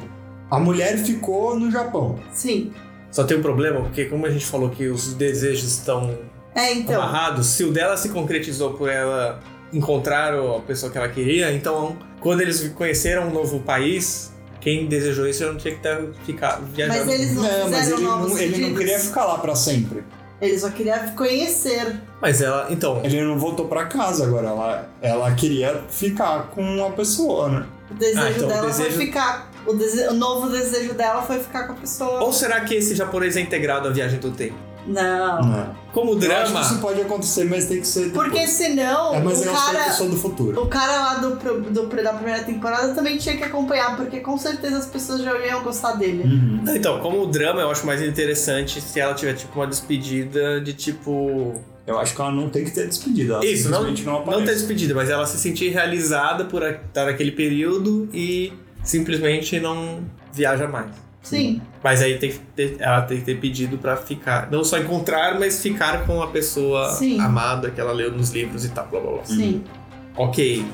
Speaker 3: A mulher ficou no Japão.
Speaker 2: Sim.
Speaker 1: Só tem um problema, porque como a gente falou que os desejos estão
Speaker 2: É, então.
Speaker 1: amarrados, se o dela se concretizou por ela encontrar o- a pessoa que ela queria, então quando eles conheceram um novo país, quem desejou isso já não tinha que ter, ficar viajando.
Speaker 2: Mas eles não
Speaker 3: É, mas
Speaker 2: fizeram
Speaker 3: ele
Speaker 2: novos
Speaker 3: não, ele não
Speaker 2: pedidos.
Speaker 3: queria ficar lá pra sempre.
Speaker 2: Ele só queria conhecer.
Speaker 1: Mas ela, então,
Speaker 3: Ele não voltou pra casa agora. Ela, ela queria ficar com a pessoa, né?
Speaker 2: O desejo
Speaker 1: Ah, então, o
Speaker 2: dela
Speaker 1: desejo-
Speaker 2: foi ficar. O, dese- o novo desejo dela foi ficar com a pessoa.
Speaker 1: ou será que esse japonês é integrado à viagem do tempo?
Speaker 2: Não.
Speaker 3: Não.
Speaker 1: Como
Speaker 3: Né? Eu acho que
Speaker 1: drama,
Speaker 3: isso pode acontecer, mas tem que ser. depois.
Speaker 2: Porque senão
Speaker 3: É, mas
Speaker 2: o
Speaker 3: eu sou uma
Speaker 2: cara.
Speaker 3: pessoa do futuro.
Speaker 2: O cara lá do, pro- do, da primeira temporada também tinha que acompanhar, porque com certeza as pessoas já iam gostar dele.
Speaker 3: Uhum.
Speaker 1: Então, como drama, eu acho mais interessante se ela tiver, tipo, uma despedida de tipo.
Speaker 3: Eu acho que ela não tem que ter despedida. Ela
Speaker 1: Isso, não,
Speaker 3: simplesmente não,
Speaker 1: não,
Speaker 3: aparece.
Speaker 1: ter despedida, mas ela se sentir realizada por a- estar naquele período e simplesmente não viaja mais.
Speaker 2: Sim.
Speaker 1: Mas aí tem que ter- ela tem que ter pedido pra ficar. Não só encontrar, mas ficar com a pessoa
Speaker 2: Sim.
Speaker 1: amada que ela leu nos livros e tal, blá
Speaker 3: Uhum.
Speaker 1: blá blá.
Speaker 2: Sim.
Speaker 1: Ok.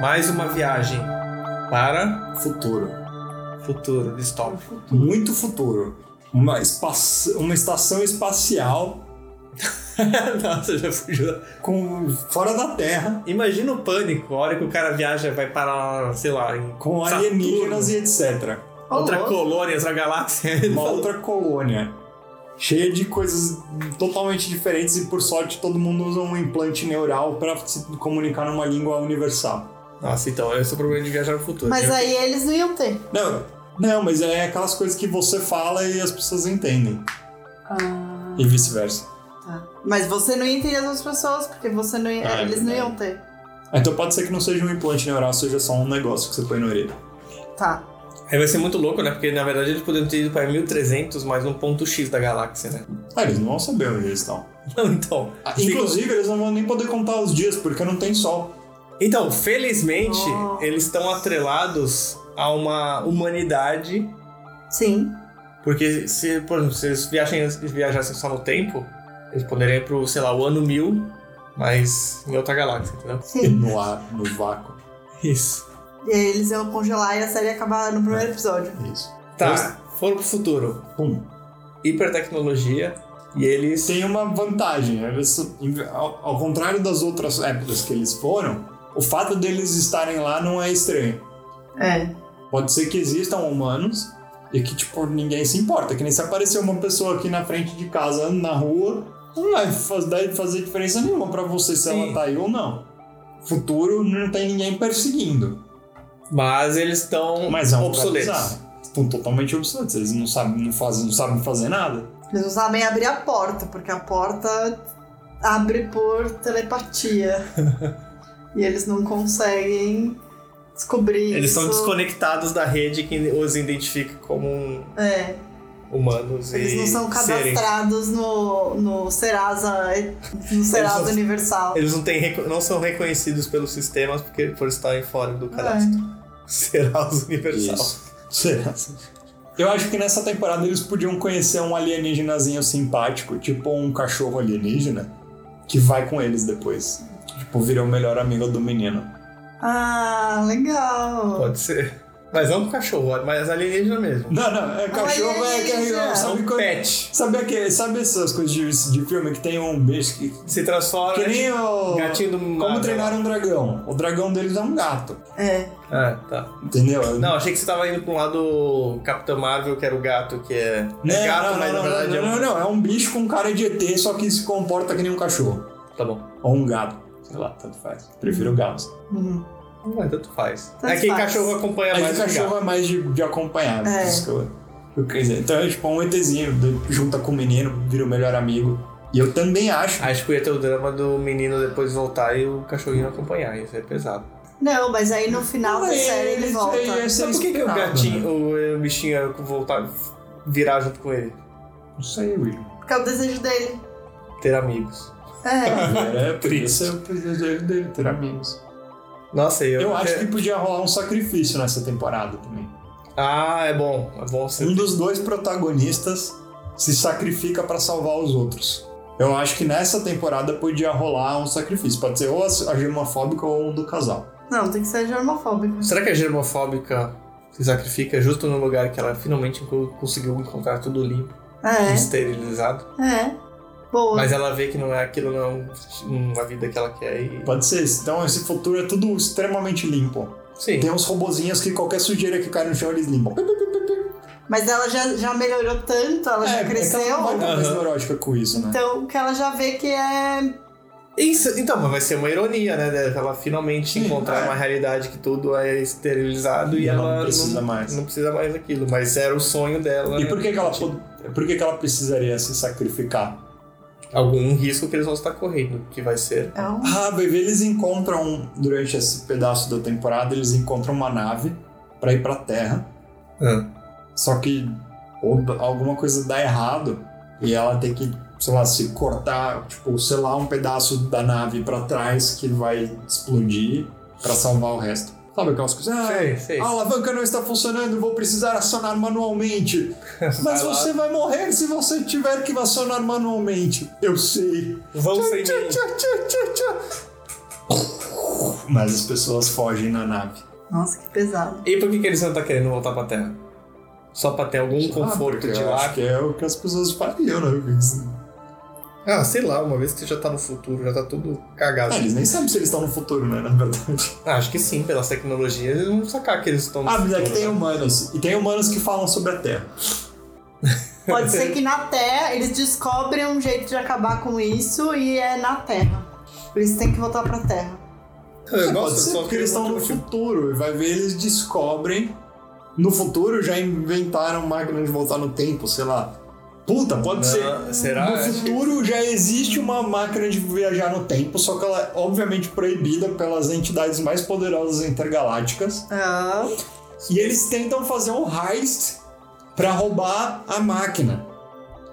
Speaker 1: Mais uma viagem para
Speaker 3: Futuro.
Speaker 1: futuro
Speaker 2: No
Speaker 1: distópico.
Speaker 3: Uhum.
Speaker 2: futuro.
Speaker 3: Muito futuro. Uma, espa- uma estação espacial
Speaker 1: Nossa, já fugiu.
Speaker 3: com, fora da Terra,
Speaker 1: Imagina o pânico, a hora que o cara viaja, vai parar, sei lá, em
Speaker 3: com
Speaker 1: Saturno,
Speaker 3: alienígenas e etc.
Speaker 2: Ô,
Speaker 1: outra
Speaker 2: louco.
Speaker 1: colônia, outra galáxia. Ele
Speaker 3: Uma
Speaker 1: falou,
Speaker 3: outra colônia. Cheia de coisas totalmente diferentes e por sorte todo mundo usa um implante neural para se comunicar numa língua universal.
Speaker 1: Nossa, então, esse é o problema de viajar no futuro.
Speaker 2: Mas
Speaker 1: né?
Speaker 2: aí eles não iam ter.
Speaker 3: Não, não, mas é aquelas coisas que você fala e as pessoas entendem.
Speaker 2: Ah,
Speaker 3: E vice-versa.
Speaker 2: tá. Mas você não ia entender as outras pessoas, porque você não ia-
Speaker 3: Ah, é
Speaker 2: eles não
Speaker 3: verdade.
Speaker 2: iam ter.
Speaker 3: Então pode ser que não seja um implante neural, seja só um negócio que você põe na orelha.
Speaker 2: Tá.
Speaker 1: Aí vai ser muito louco, né? Porque na verdade eles poderiam ter ido para 1300, mas no um ponto X da galáxia, né?
Speaker 3: Ah, eles não vão saber onde eles estão.
Speaker 1: Não, então.
Speaker 3: Inclusive, eles não vão nem poder contar os dias, porque não tem sol.
Speaker 1: Então, felizmente,
Speaker 2: Nossa.
Speaker 1: eles estão atrelados a uma humanidade.
Speaker 2: Sim.
Speaker 1: Porque se, por exemplo, se eles viajem- viajassem só no tempo, eles poderiam ir pro, sei lá, o ano 1000, mas em outra galáxia, entendeu?
Speaker 2: Sim.
Speaker 3: No ar, no vácuo.
Speaker 1: Isso.
Speaker 2: E aí eles iam congelar e a série ia acabar no primeiro episódio.
Speaker 3: É isso.
Speaker 1: Tá, foram pro futuro.
Speaker 3: Então, pum.
Speaker 1: Hipertecnologia. E eles.
Speaker 3: Tem uma vantagem. né? Eles, ao, ao contrário das outras épocas que eles foram, o fato deles estarem lá não é estranho.
Speaker 2: É.
Speaker 3: Pode ser que existam humanos e que, tipo, ninguém se importa. Que nem se aparecer uma pessoa aqui na frente de casa, na rua, não vai faz- dar- fazer diferença nenhuma pra você se
Speaker 1: Sim.
Speaker 3: ela tá aí ou não. Futuro não tem ninguém perseguindo.
Speaker 1: Mas eles estão
Speaker 3: Mas é um
Speaker 1: obsoletos.
Speaker 3: lugar bizarro. Estão totalmente obsoletos. Eles não sabem, não fazem, não sabem fazer nada.
Speaker 2: Eles não sabem abrir a porta, porque a porta abre por telepatia. e eles não conseguem descobrir
Speaker 1: Eles
Speaker 2: isso.
Speaker 1: são desconectados da rede que os identifica como um
Speaker 2: É,
Speaker 1: humanos.
Speaker 2: eles
Speaker 1: e
Speaker 2: não são
Speaker 1: serem.
Speaker 2: cadastrados no, no Serasa, no Serasa
Speaker 1: não-
Speaker 2: Universal.
Speaker 1: Eles não, têm, reco- não são reconhecidos pelos sistemas porque por estarem fora do cadastro.
Speaker 2: É.
Speaker 1: Será os universal.
Speaker 3: Será? Eu acho que nessa temporada eles podiam conhecer um alienígenazinho simpático, tipo um cachorro alienígena, que vai com eles depois. Tipo, vira o melhor amigo do menino.
Speaker 2: Ah, legal.
Speaker 1: Pode ser. Mas não cachorro, mas alienígena mesmo.
Speaker 3: Não, não, é cachorro, é aquele.
Speaker 2: alienígena.
Speaker 3: Sabe,
Speaker 1: É um
Speaker 3: quando-
Speaker 1: pet.
Speaker 3: sabe, aquele, sabe essas coisas de, de filme que tem um beijo que.
Speaker 1: Se transforma.
Speaker 3: Que nem o.
Speaker 1: Gatinho do
Speaker 3: Como
Speaker 1: Marvel.
Speaker 3: treinar um dragão. O dragão deles é um gato.
Speaker 2: É.
Speaker 1: Ah, tá.
Speaker 3: Entendeu?
Speaker 1: Não, achei que você tava indo pra um lado Capitão Marvel, que era o gato, que é.
Speaker 3: Não,
Speaker 1: é gato,
Speaker 3: Né? não,
Speaker 1: mas
Speaker 3: não,
Speaker 1: na verdade
Speaker 3: não,
Speaker 1: é
Speaker 3: não,
Speaker 1: um.
Speaker 3: não, é um bicho com cara de ET, só que se comporta que nem um cachorro.
Speaker 1: Tá bom.
Speaker 3: Ou um gato. Sei lá, tanto faz. Prefiro gatos.
Speaker 2: Uhum.
Speaker 1: Não, tanto faz.
Speaker 2: Tanto
Speaker 1: é que
Speaker 2: faz.
Speaker 1: cachorro acompanha
Speaker 3: Mas
Speaker 1: mais um
Speaker 3: o
Speaker 1: o
Speaker 3: cachorro
Speaker 1: gato.
Speaker 3: é mais de, de acompanhar.
Speaker 2: É.
Speaker 3: isso que eu- eu quis dizer. Então é tipo um ETzinho, do- junta com o menino, vira o melhor amigo. E eu também acho.
Speaker 1: Acho que ia ter o drama do menino depois voltar e o cachorrinho acompanhar. Isso é pesado.
Speaker 2: Não, mas aí no final da
Speaker 3: Aí,
Speaker 2: série ele
Speaker 3: aí,
Speaker 2: volta.
Speaker 3: aí, ia ser
Speaker 1: Mas por que, que o
Speaker 3: esperado,
Speaker 1: gatinho,
Speaker 3: né?
Speaker 1: o, o bichinho ia voltar virar junto com ele?
Speaker 3: Não sei, Will.
Speaker 2: Porque é o desejo dele.
Speaker 1: Ter amigos.
Speaker 2: É.
Speaker 3: É, por isso eu preciso dele ter amigos.
Speaker 1: Nossa, eu. é.
Speaker 3: Eu acho que podia rolar um sacrifício nessa temporada também.
Speaker 1: Ah, é bom. É bom ser.
Speaker 3: Um dos dois protagonistas se sacrifica pra salvar os outros. Eu acho que nessa temporada podia rolar um sacrifício. Pode ser ou a gemofóbica ou um do casal.
Speaker 2: Não, tem que ser germofóbico.
Speaker 1: Será que a germofóbica se sacrifica justo no lugar que ela finalmente co- conseguiu encontrar tudo limpo e
Speaker 2: É,
Speaker 1: esterilizado?
Speaker 2: é. Boa.
Speaker 1: Mas ela vê que não é aquilo, não uma vida que ela quer e.
Speaker 3: Pode ser. Então esse futuro é tudo extremamente limpo.
Speaker 1: Sim.
Speaker 3: Tem uns robozinhos que qualquer sujeira que cai no chão eles limpam.
Speaker 2: Mas ela já, já melhorou tanto, ela já cresceu.
Speaker 3: É que ela não vai ficar mais
Speaker 1: Aham.
Speaker 3: neurótica com isso, né?
Speaker 2: Então, que ela já vê que é.
Speaker 1: Isso- então, mas vai ser uma ironia, né? dela? Ela finalmente
Speaker 3: Sim,
Speaker 1: encontrar
Speaker 3: é.
Speaker 1: uma realidade que tudo é esterilizado e
Speaker 3: Ela não
Speaker 1: ela
Speaker 3: precisa mais.
Speaker 1: não precisa mais daquilo. Mas era o sonho dela.
Speaker 3: E
Speaker 1: né?
Speaker 3: por que, que ela pod- por que, que ela precisaria se sacrificar?
Speaker 1: Algum risco que eles vão estar correndo, que vai ser.
Speaker 2: é um-
Speaker 3: Ah, bebê, eles encontram durante esse pedaço da temporada, eles encontram uma nave pra ir pra Terra.
Speaker 1: Ah.
Speaker 3: Só que ou- alguma coisa dá errado e ela tem que, sei lá, se cortar, tipo, sei lá, um pedaço da nave pra trás que vai explodir pra salvar o resto. Sabe aquelas coisas? Ah,
Speaker 1: Sei, sei.
Speaker 3: a alavanca não está funcionando, vou precisar acionar manualmente. Mas
Speaker 1: Vai lá.
Speaker 3: você vai morrer se você tiver que acionar manualmente. Eu sei.
Speaker 1: Vão sem mim.
Speaker 3: Mas as pessoas fogem na nave.
Speaker 2: Nossa, que pesado.
Speaker 1: E por que, que eles não estão querendo voltar pra Terra? Só pra ter algum Um conforto
Speaker 3: Ah,
Speaker 1: de
Speaker 3: eu
Speaker 1: lá?
Speaker 3: Acho que é o que as pessoas fariam, né?
Speaker 1: Ah, sei lá, uma vez que você já tá no futuro, já tá tudo cagado.
Speaker 3: Ah, eles nem sabem se eles estão no futuro, né? Na verdade.
Speaker 1: Ah, acho que sim, pelas tecnologias eles vão sacar que eles estão no
Speaker 3: Ah, mas
Speaker 1: futuro.
Speaker 3: é que tem
Speaker 1: né?
Speaker 3: humanos. E tem humanos que falam sobre a Terra.
Speaker 2: Pode ser que na Terra eles descobrem um jeito de acabar com isso e é na Terra. Por isso tem que voltar pra Terra.
Speaker 1: Eu
Speaker 3: Pode
Speaker 1: gosto,
Speaker 3: ser
Speaker 1: só
Speaker 3: porque
Speaker 1: tem
Speaker 3: eles
Speaker 1: um
Speaker 3: estão no
Speaker 1: motivo.
Speaker 3: futuro. E vai ver, eles descobrem. No futuro já inventaram máquina de voltar no tempo, sei lá. Puta, pode
Speaker 1: Não,
Speaker 3: ser.
Speaker 1: Né? será?
Speaker 3: No
Speaker 1: Acho que-
Speaker 3: futuro já existe uma máquina de viajar no tempo, só que ela é obviamente proibida pelas entidades mais poderosas intergalácticas.
Speaker 2: Ah,
Speaker 3: E eles tentam fazer um heist pra roubar a máquina.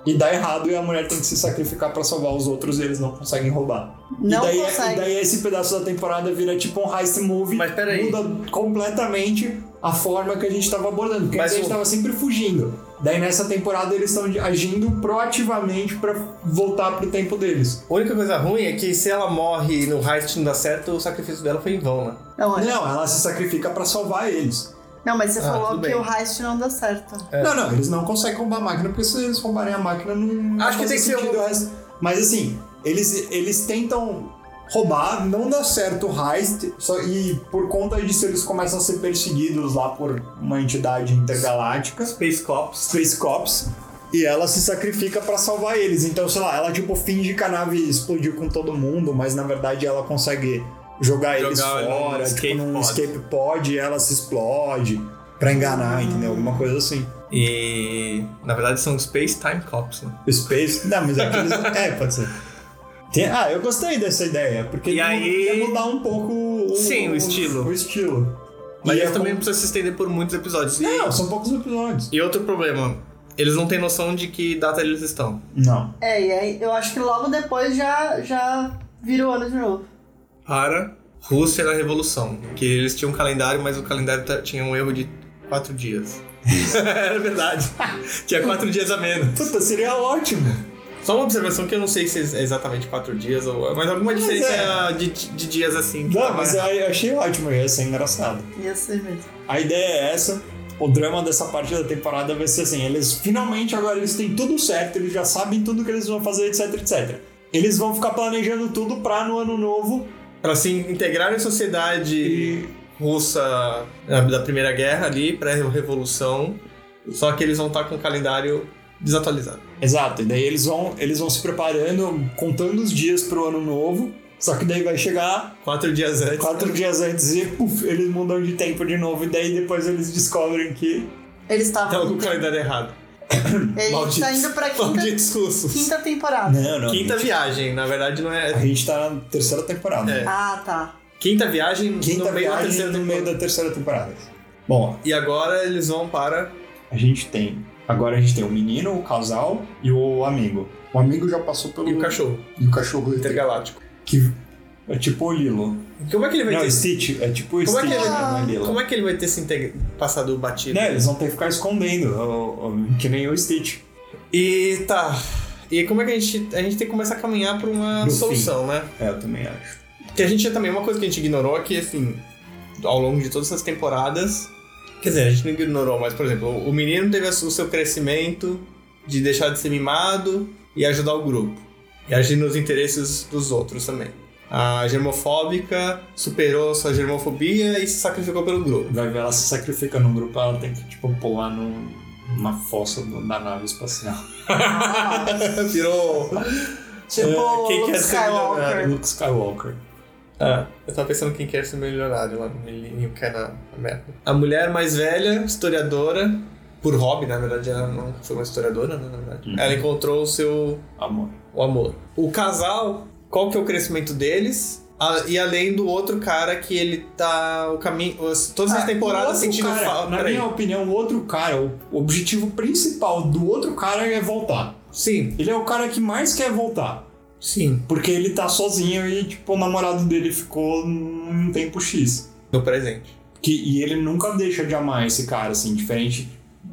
Speaker 3: E dá errado e a mulher tem que se sacrificar pra salvar os outros e eles não conseguem roubar.
Speaker 2: não
Speaker 3: e daí,
Speaker 2: consegue.
Speaker 3: e daí esse pedaço da temporada vira tipo um heist movie.
Speaker 1: Mas peraí.
Speaker 3: Muda completamente a forma que a gente tava abordando. Porque
Speaker 1: Mas
Speaker 3: antes a gente
Speaker 1: o-
Speaker 3: tava sempre fugindo. Daí nessa temporada eles estão agindo proativamente pra voltar pro tempo deles.
Speaker 1: A única coisa ruim é que se ela morre e no heist não dá certo, o sacrifício dela foi em vão, né?
Speaker 2: Não, é.
Speaker 3: Não, ela se sacrifica pra salvar eles.
Speaker 2: não, mas você
Speaker 1: Ah,
Speaker 2: falou
Speaker 1: tudo
Speaker 2: que
Speaker 1: bem.
Speaker 2: o heist não dá certo.
Speaker 1: É.
Speaker 3: Não, não, eles não conseguem roubar a máquina, porque se eles roubarem a máquina, não. não
Speaker 1: Acho que
Speaker 3: faz
Speaker 1: tem que ser
Speaker 3: sentido o resto. Mas assim, eles, eles tentam roubar, não dá certo o heist, só, e por conta disso eles começam a ser perseguidos lá por uma entidade intergaláctica,
Speaker 1: Space Cops.
Speaker 3: Space Cops, e ela se sacrifica pra salvar eles. Então, sei lá, ela tipo finge que a nave explodiu com todo mundo, mas na verdade ela consegue jogar, eles
Speaker 1: Jogar num
Speaker 3: fora,
Speaker 1: escape
Speaker 3: tipo num
Speaker 1: pod.
Speaker 3: escape pod, e ela se explode pra
Speaker 1: Hum.
Speaker 3: enganar, entendeu? Alguma coisa assim.
Speaker 1: E na verdade são Space Time Cops, né?
Speaker 3: Space. Não, mas aqueles. é, pode ser. Tem- Ah, eu gostei dessa ideia, porque
Speaker 1: E
Speaker 3: ia
Speaker 1: aí-
Speaker 3: ia mudar um pouco o,
Speaker 1: Sim, o estilo.
Speaker 3: O estilo.
Speaker 1: Mas
Speaker 3: E
Speaker 1: eles
Speaker 3: é
Speaker 1: também
Speaker 3: com-
Speaker 1: não precisam se estender por muitos episódios. E-
Speaker 3: Não, são poucos episódios.
Speaker 1: E outro problema, eles não têm noção de que data eles estão.
Speaker 3: Não.
Speaker 2: É, e aí eu acho que logo depois já, já virou ano de novo.
Speaker 1: Para Rússia na Revolução. Que eles tinham um calendário, mas o calendário ta- tinha um erro de quatro É, dias. Era verdade. tinha quatro dias a menos.
Speaker 3: Puta, seria ótimo.
Speaker 1: Só uma observação que eu não sei se é exatamente quatro dias, ou, mas é. alguma diferença de, de dias assim. que
Speaker 3: Não,
Speaker 1: tava-
Speaker 3: mas eu eu achei ótimo, ia ser engraçado.
Speaker 2: Ia ser mesmo.
Speaker 3: A ideia é essa. O drama dessa parte da temporada vai ser assim: eles finalmente agora eles têm tudo certo, eles já sabem tudo que eles vão fazer, etc, etc. Eles vão ficar planejando tudo pra no ano novo
Speaker 1: Pra se integrar na sociedade
Speaker 3: e.
Speaker 1: russa eh, da Primeira Guerra ali, pré-revolução, só que eles vão estar com o calendário desatualizado.
Speaker 3: Exato, e daí eles vão, eles vão se preparando, contando os dias pro ano novo, só que daí vai chegar
Speaker 1: Quatro dias antes.
Speaker 3: quatro dias antes e puf, eles mudam de tempo de novo, e daí depois eles descobrem que.
Speaker 2: Eles
Speaker 1: Tava
Speaker 2: estavam.
Speaker 1: Tá com o calendário errado.
Speaker 2: Ele tá indo pra quinta,
Speaker 1: Malditos russos.
Speaker 2: quinta
Speaker 1: Ah,
Speaker 2: temporada.
Speaker 3: Não, não.
Speaker 1: Quinta viagem, na verdade não
Speaker 3: A
Speaker 1: é.
Speaker 3: gente tá na terceira temporada.
Speaker 1: É.
Speaker 2: Ah, tá.
Speaker 1: Quinta viagem
Speaker 3: Quinta
Speaker 1: no meio da
Speaker 3: viagem
Speaker 1: terceira
Speaker 3: no meio
Speaker 1: temporada.
Speaker 3: da terceira temporada. Bom,
Speaker 1: E agora eles vão para.
Speaker 3: a gente tem. Agora a gente tem o menino, o casal e o amigo. O amigo já passou pelo.
Speaker 1: E o cachorro, Tá
Speaker 3: E o cachorro
Speaker 1: intergaláctico.
Speaker 3: que é tipo o Lilo.
Speaker 1: Como é que ele vai
Speaker 3: Não,
Speaker 1: ter.
Speaker 3: Stitch. É tipo o
Speaker 1: Como é que
Speaker 3: Stitch,
Speaker 1: ele-
Speaker 3: né, não é Lilo.
Speaker 1: Como é que ele vai ter se integ... passado batido?
Speaker 3: Né, eles vão ter que ficar escondendo, o- o- que nem o Stitch.
Speaker 1: E tá. E como é que a gente. A gente tem que começar a caminhar pra uma
Speaker 3: No fim.
Speaker 1: solução, né?
Speaker 3: É, eu também acho.
Speaker 1: Que a gente também, uma coisa que a gente ignorou é que, assim, ao longo de todas essas temporadas. Quer dizer, a gente não ignorou, mas, por exemplo, o menino teve o seu crescimento de deixar de ser mimado e ajudar o grupo. E agir nos interesses dos outros também. A germofóbica superou sua germofobia e se sacrificou pelo grupo.
Speaker 3: Vai ver ela se sacrifica num grupo, ela tem que, tipo, pular no, na fossa do- da nave espacial.
Speaker 2: Ah,
Speaker 1: Virou.
Speaker 2: tipo,
Speaker 1: É, quem
Speaker 2: Luke
Speaker 1: quer ser
Speaker 2: Skywalker.
Speaker 1: milionário?
Speaker 3: É, Luke Skywalker.
Speaker 1: Ah, eu tava pensando quem quer ser milionário lá no Milinho, que é na na merda. A mulher mais velha, historiadora, por hobby, na verdade, ela não foi uma historiadora, né, na verdade.
Speaker 3: Uhum.
Speaker 1: Ela encontrou o seu
Speaker 3: Amor.
Speaker 1: o amor. O casal, qual que é o crescimento deles? A- e além do outro cara que ele tá. O caminho. as- Todas as
Speaker 3: Ah, o
Speaker 1: temporadas
Speaker 3: outro
Speaker 1: sentindo
Speaker 3: cara,
Speaker 1: falta.
Speaker 3: Na
Speaker 1: peraí.
Speaker 3: minha opinião, o outro cara, o objetivo principal do outro cara é voltar.
Speaker 1: Sim,
Speaker 3: Ele é o cara que mais quer voltar.
Speaker 1: sim.
Speaker 3: Porque ele tá sozinho e, tipo, o namorado dele ficou num tempo X.
Speaker 1: No presente.
Speaker 3: Que, e ele nunca deixa de amar esse cara, assim, diferente.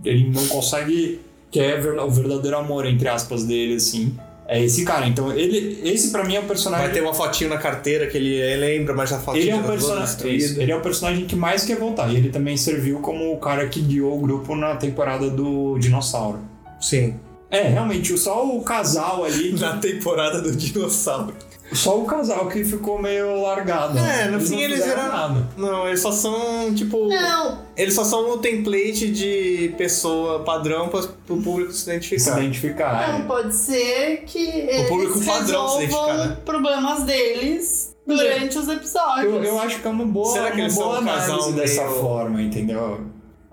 Speaker 3: Ele não consegue. Que é ver- o verdadeiro amor, entre aspas, dele, assim. É esse cara. Então, ele. Esse pra mim é o personagem.
Speaker 1: Vai ter um uma fotinho na carteira que ele lembra, mas a fotinha
Speaker 3: Ele é, um
Speaker 1: já tá toda
Speaker 3: personagem,
Speaker 1: destruída.
Speaker 3: isso, ele é o personagem que mais quer voltar. E ele também serviu como o cara que guiou o grupo na temporada do Dinossauro.
Speaker 1: Sim.
Speaker 3: É, realmente, só o casal ali.
Speaker 1: Na temporada do dinossauro.
Speaker 3: só o casal que ficou meio largado. né?
Speaker 1: É, no fim
Speaker 3: não
Speaker 1: eles
Speaker 3: fizeram
Speaker 1: viraram-
Speaker 3: nada.
Speaker 1: Não, eles só são, tipo.
Speaker 2: Não,
Speaker 1: Eles só são o template de pessoa padrão para o público se
Speaker 3: Se
Speaker 1: identificar.
Speaker 3: identificar. é.
Speaker 2: não, Então, pode ser que eles
Speaker 1: público padrão se identificar,
Speaker 2: resolvam
Speaker 1: né?
Speaker 2: problemas deles durante os
Speaker 3: é.
Speaker 2: episódios.
Speaker 3: Eu, eu acho que é uma boa,
Speaker 1: Será que
Speaker 3: uma
Speaker 1: eles são
Speaker 3: boa
Speaker 1: um casal
Speaker 3: análise dessa
Speaker 1: meio-
Speaker 3: forma, entendeu?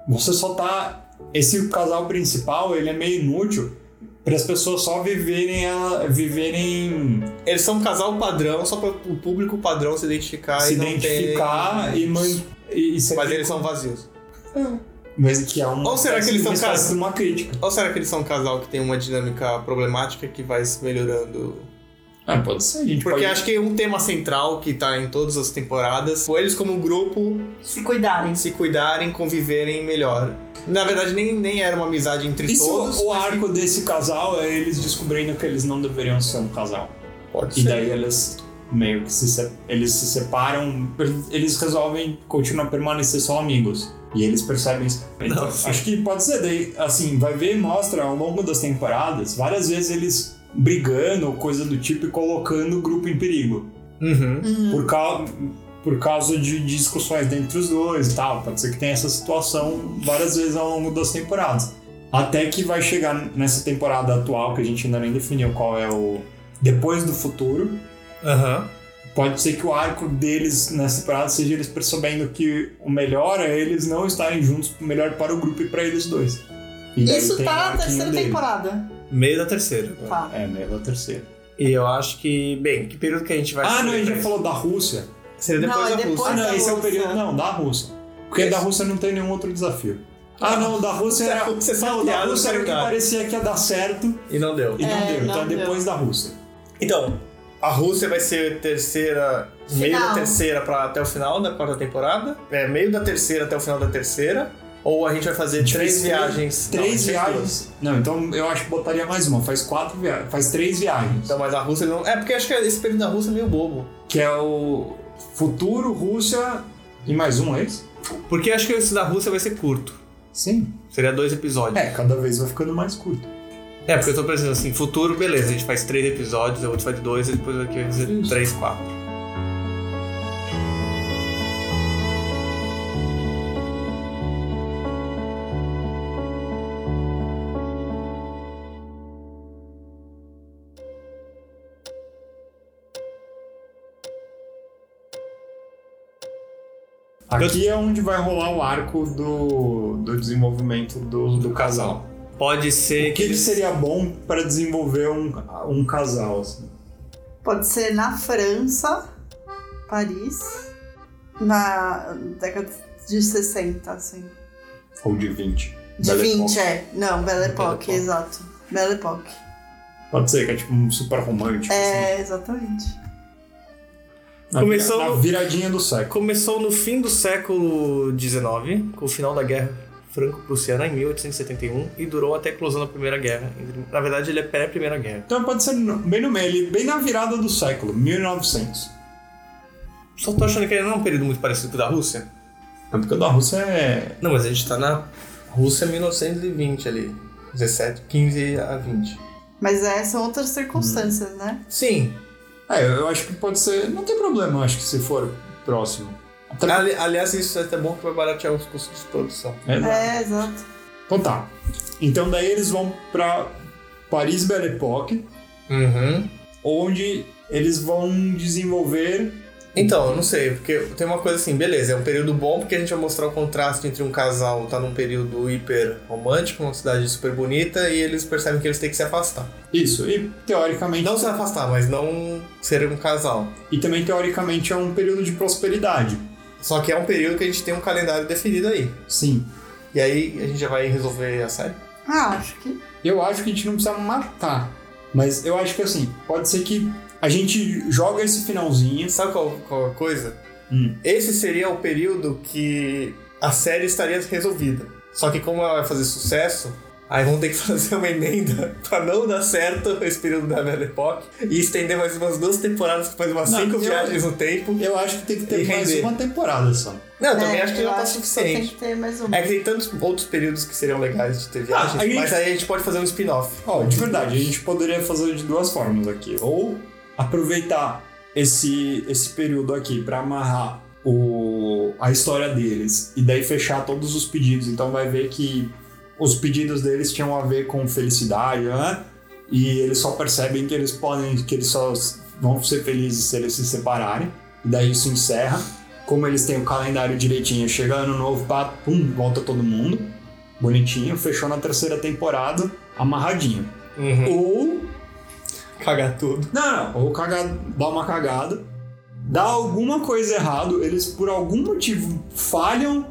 Speaker 3: Você só tá. Esse casal principal, ele é meio inútil para as pessoas só viverem, a- viverem
Speaker 1: Eles são um casal padrão só para o público padrão se identificar
Speaker 3: se
Speaker 1: e não
Speaker 3: identificar
Speaker 1: ter...
Speaker 3: e, man... e, e ser-
Speaker 1: Mas eles são vazios.
Speaker 3: Mas que é uma
Speaker 1: Ou será que eles
Speaker 3: uma
Speaker 1: são
Speaker 3: espécie
Speaker 1: cas-
Speaker 3: de uma crítica?
Speaker 1: Ou será que eles são um casal que tem uma dinâmica problemática que vai se melhorando?
Speaker 3: Ah, pode ser. A gente
Speaker 1: Porque
Speaker 3: pode...
Speaker 1: acho que um tema central que tá em todas as temporadas, ou eles como grupo
Speaker 2: Se cuidarem.
Speaker 1: se cuidarem, conviverem melhor. Na verdade, nem, nem era uma amizade entre
Speaker 3: Isso,
Speaker 1: todos.
Speaker 3: o arco desse casal é eles descobrindo que eles não deveriam ser um casal.
Speaker 1: Pode
Speaker 3: E
Speaker 1: ser.
Speaker 3: daí eles meio que se se- eles se separam, eles resolvem continuar a permanecer só amigos. E eles percebem isso. Então,
Speaker 1: sim.
Speaker 3: acho que pode ser daí, assim, vai ver mostra ao longo das temporadas, várias vezes eles brigando ou coisa do tipo e colocando o grupo em perigo.
Speaker 1: Uhum.
Speaker 2: Uhum.
Speaker 3: por, cau- por causa de discussões entre os dois e tal. Pode ser que tenha essa situação várias vezes ao longo das temporadas. Até que vai chegar nessa temporada atual, que a gente ainda nem definiu qual é o. Depois do futuro.
Speaker 1: Aham.
Speaker 3: Pode ser que o arco deles nessa temporada seja eles percebendo que o melhor é eles não estarem juntos, o melhor para o grupo e para eles dois. E daí
Speaker 2: Isso
Speaker 3: tem o
Speaker 2: tá na
Speaker 3: arquinho
Speaker 2: terceira
Speaker 3: dele.
Speaker 2: temporada.
Speaker 1: Meio da terceira.
Speaker 2: Tá.
Speaker 3: É, meio da terceira.
Speaker 1: E eu acho que, bem, que período que a gente vai
Speaker 3: Ah, não, a gente já
Speaker 1: celebrar?
Speaker 3: falou da Rússia.
Speaker 1: Seria depois
Speaker 2: Não, é
Speaker 1: da
Speaker 2: depois
Speaker 1: Rússia.
Speaker 3: Ah, não,
Speaker 2: da
Speaker 3: esse é o
Speaker 2: Rússia.
Speaker 3: período. Não, da Rússia. Porque
Speaker 1: Esse.
Speaker 3: da Rússia não tem nenhum outro desafio. Ah, não, da Rússia era.
Speaker 1: Você é
Speaker 3: Não, da
Speaker 1: piada do
Speaker 3: Rússia era o que
Speaker 1: calendário.
Speaker 3: parecia que ia dar certo
Speaker 1: E não deu.
Speaker 3: e não
Speaker 2: É,
Speaker 3: deu. Então
Speaker 2: não
Speaker 3: é depois da Rússia.
Speaker 1: Então, a Rússia vai ser terceira, meio da
Speaker 2: Final.
Speaker 1: terceira pra, até o final da quarta temporada. É, meio da terceira até o final da terceira. Ou a gente vai fazer três viagens. né? Não,
Speaker 3: Três
Speaker 1: a gente fez duas.
Speaker 3: viagens? Não, então eu acho que botaria mais uma. Faz quatro viagens. Faz três viagens.
Speaker 1: Então, mas a Rússia não. É porque acho que esse período da Rússia é meio bobo.
Speaker 3: Que é o futuro, Rússia e mais um, é isso?
Speaker 1: Porque acho que esse da Rússia vai ser curto.
Speaker 3: Sim.
Speaker 1: Seria dois episódios.
Speaker 3: É, cada vez vai ficando mais curto.
Speaker 1: É, porque eu tô pensando assim, futuro, beleza, a gente faz três episódios, eu vou te fazer dois, e depois aqui vai fazer três, quatro.
Speaker 3: Aqui é onde vai rolar o arco do, do desenvolvimento do, do casal.
Speaker 1: Pode ser
Speaker 3: O que, que
Speaker 1: eles-
Speaker 3: seria bom para desenvolver um, um casal? assim?
Speaker 2: Pode ser na França, Paris, na década de 60, assim.
Speaker 3: Ou de 20?
Speaker 2: De
Speaker 3: Belle
Speaker 2: 20,
Speaker 3: Époque.
Speaker 2: é. Não, Belle
Speaker 1: Belle
Speaker 2: Époque,
Speaker 1: Époque.
Speaker 2: exato. Belle Époque.
Speaker 3: Pode ser, que é tipo um super romântico. assim.
Speaker 2: É, exatamente.
Speaker 3: Na-
Speaker 1: Começou-
Speaker 3: na viradinha do século.
Speaker 1: Começou no fim do século XIX, com o final da Guerra Franco-Prussiana em 1871, e durou até a eclosão da Primeira Guerra. entre- Na verdade, ele é pré-Primeira Guerra.
Speaker 3: Então pode ser no- bem no meio, ali, bem na virada do século, 1900.
Speaker 1: Só tô achando que ele não é um período muito parecido com o da Rússia.
Speaker 3: Na época da Rússia é.
Speaker 1: Não, mas a gente tá na Rússia 1920 ali. 17, 15 a 20.
Speaker 2: Mas é, são outras
Speaker 3: Hum.
Speaker 2: circunstâncias, né?
Speaker 1: Sim.
Speaker 3: É, eu acho que pode ser. Não tem problema, eu acho que se for próximo. Até-
Speaker 1: Ali- aliás, isso é até bom que vai baratear os custos de produção.
Speaker 3: É,
Speaker 2: É, exato.
Speaker 3: Então tá. Então daí eles vão pra Paris Belle Époque,
Speaker 1: Uhum.
Speaker 3: onde eles vão desenvolver.
Speaker 1: Então, eu não sei, porque tem uma coisa assim, beleza, é um período bom porque a gente vai mostrar o contraste entre um casal tá num período hiper romântico, uma cidade super bonita, e eles percebem que eles têm que se afastar.
Speaker 3: Isso, e teoricamente.
Speaker 1: Não se afastar, mas não ser um casal.
Speaker 3: E também teoricamente é um período de prosperidade.
Speaker 1: Só que é um período que a gente tem um calendário definido aí.
Speaker 3: Sim.
Speaker 1: E aí a gente já vai resolver a série.
Speaker 2: Ah, acho que.
Speaker 3: Eu acho que a gente não precisa matar. Mas eu acho que assim, pode ser que a gente joga esse finalzinho.
Speaker 1: Sabe qual, qual é a coisa?
Speaker 3: Hum.
Speaker 1: Esse seria o período que a série estaria resolvida. Só que como ela vai fazer sucesso, aí vão ter que fazer uma emenda pra não dar certo esse período da Belle Époque e estender mais umas duas temporadas que faz umas
Speaker 3: Não,
Speaker 1: cinco
Speaker 3: eu-
Speaker 1: viagens no tempo.
Speaker 3: Eu acho que tem que ter
Speaker 1: E
Speaker 3: mais
Speaker 1: render.
Speaker 3: uma temporada só.
Speaker 1: Não, eu também
Speaker 2: É,
Speaker 1: acho que
Speaker 2: eu
Speaker 1: não tá
Speaker 2: acho que só tem
Speaker 1: suficiente.
Speaker 2: que ter mais um.
Speaker 1: É que tem tantos outros períodos que seriam legais de
Speaker 3: Ah,
Speaker 1: ter viagens,
Speaker 3: a gente-
Speaker 1: mas aí a gente pode fazer um spin-off.
Speaker 3: Ó, de verdade, a gente poderia fazer de duas formas aqui. Ou aproveitar esse, esse período aqui pra amarrar o, a história deles e daí fechar todos os pedidos. Então vai ver que os pedidos deles tinham a ver com felicidade, né? E eles só percebem que eles podem, que eles só vão ser felizes se eles se separarem. E daí isso encerra. Como eles têm o calendário direitinho, chega ano novo, pá, pum, volta todo mundo. Bonitinho, fechou na terceira temporada, amarradinho.
Speaker 1: Uhum.
Speaker 3: Ou.
Speaker 1: Cagar tudo.
Speaker 3: Não, não, ou cagar, dar uma cagada, dá alguma coisa errado, eles por algum motivo falham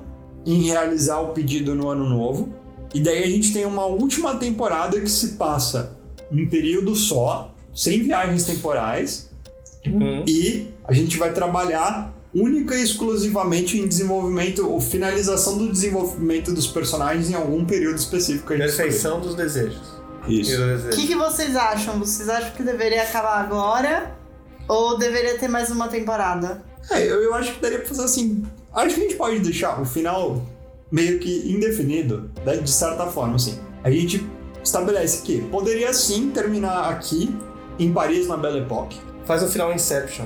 Speaker 3: em realizar o pedido no ano novo, e daí a gente tem uma última temporada que se passa um período só, sem viagens temporais,
Speaker 1: Uhum.
Speaker 3: e a gente vai trabalhar única e exclusivamente em desenvolvimento ou finalização do desenvolvimento dos personagens em algum período específico. que a gente
Speaker 1: Perfeição dos desejos.
Speaker 3: escolher.
Speaker 1: E
Speaker 3: Isso.
Speaker 1: do
Speaker 2: O
Speaker 1: desejo.
Speaker 2: que, que vocês acham? Vocês acham que deveria acabar agora? Ou deveria ter mais uma temporada?
Speaker 3: É, eu, eu acho que daria pra fazer assim. Acho que a gente pode deixar o final meio que indefinido, né, de certa forma, assim. A gente estabelece que poderia sim terminar aqui, em Paris, na Belle Époque.
Speaker 1: Faz o final Inception.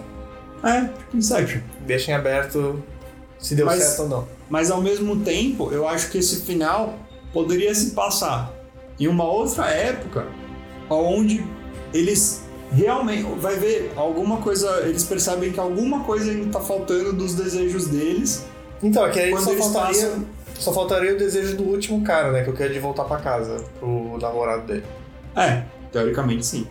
Speaker 3: É, tipo Inception.
Speaker 1: Deixem aberto se deu
Speaker 3: Mas-
Speaker 1: certo ou não.
Speaker 3: Mas ao mesmo tempo, eu acho que esse final poderia se passar em uma outra época onde eles realmente vai ver alguma coisa, eles percebem que alguma coisa ainda tá faltando dos desejos deles
Speaker 1: Então, aqui aí
Speaker 3: quando
Speaker 1: só
Speaker 3: eles
Speaker 1: faltaria,
Speaker 3: passam
Speaker 1: só faltaria o desejo do último cara, né? Que eu quero de voltar pra casa, pro namorado dele.
Speaker 3: É, teoricamente sim.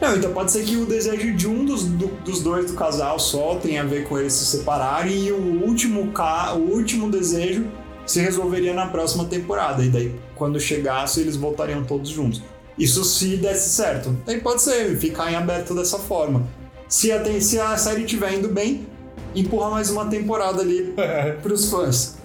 Speaker 3: Não, então pode ser que o desejo de um dos, do- dos dois do casal só tenha a ver com eles se separarem e o último, ca, o último desejo se resolveria na próxima temporada. E daí, quando chegasse, eles voltariam todos juntos. Isso se desse certo. Daí pode ser, ficar em aberto dessa forma. Se a, te- se a série estiver indo bem, empurra mais uma temporada ali pros fãs.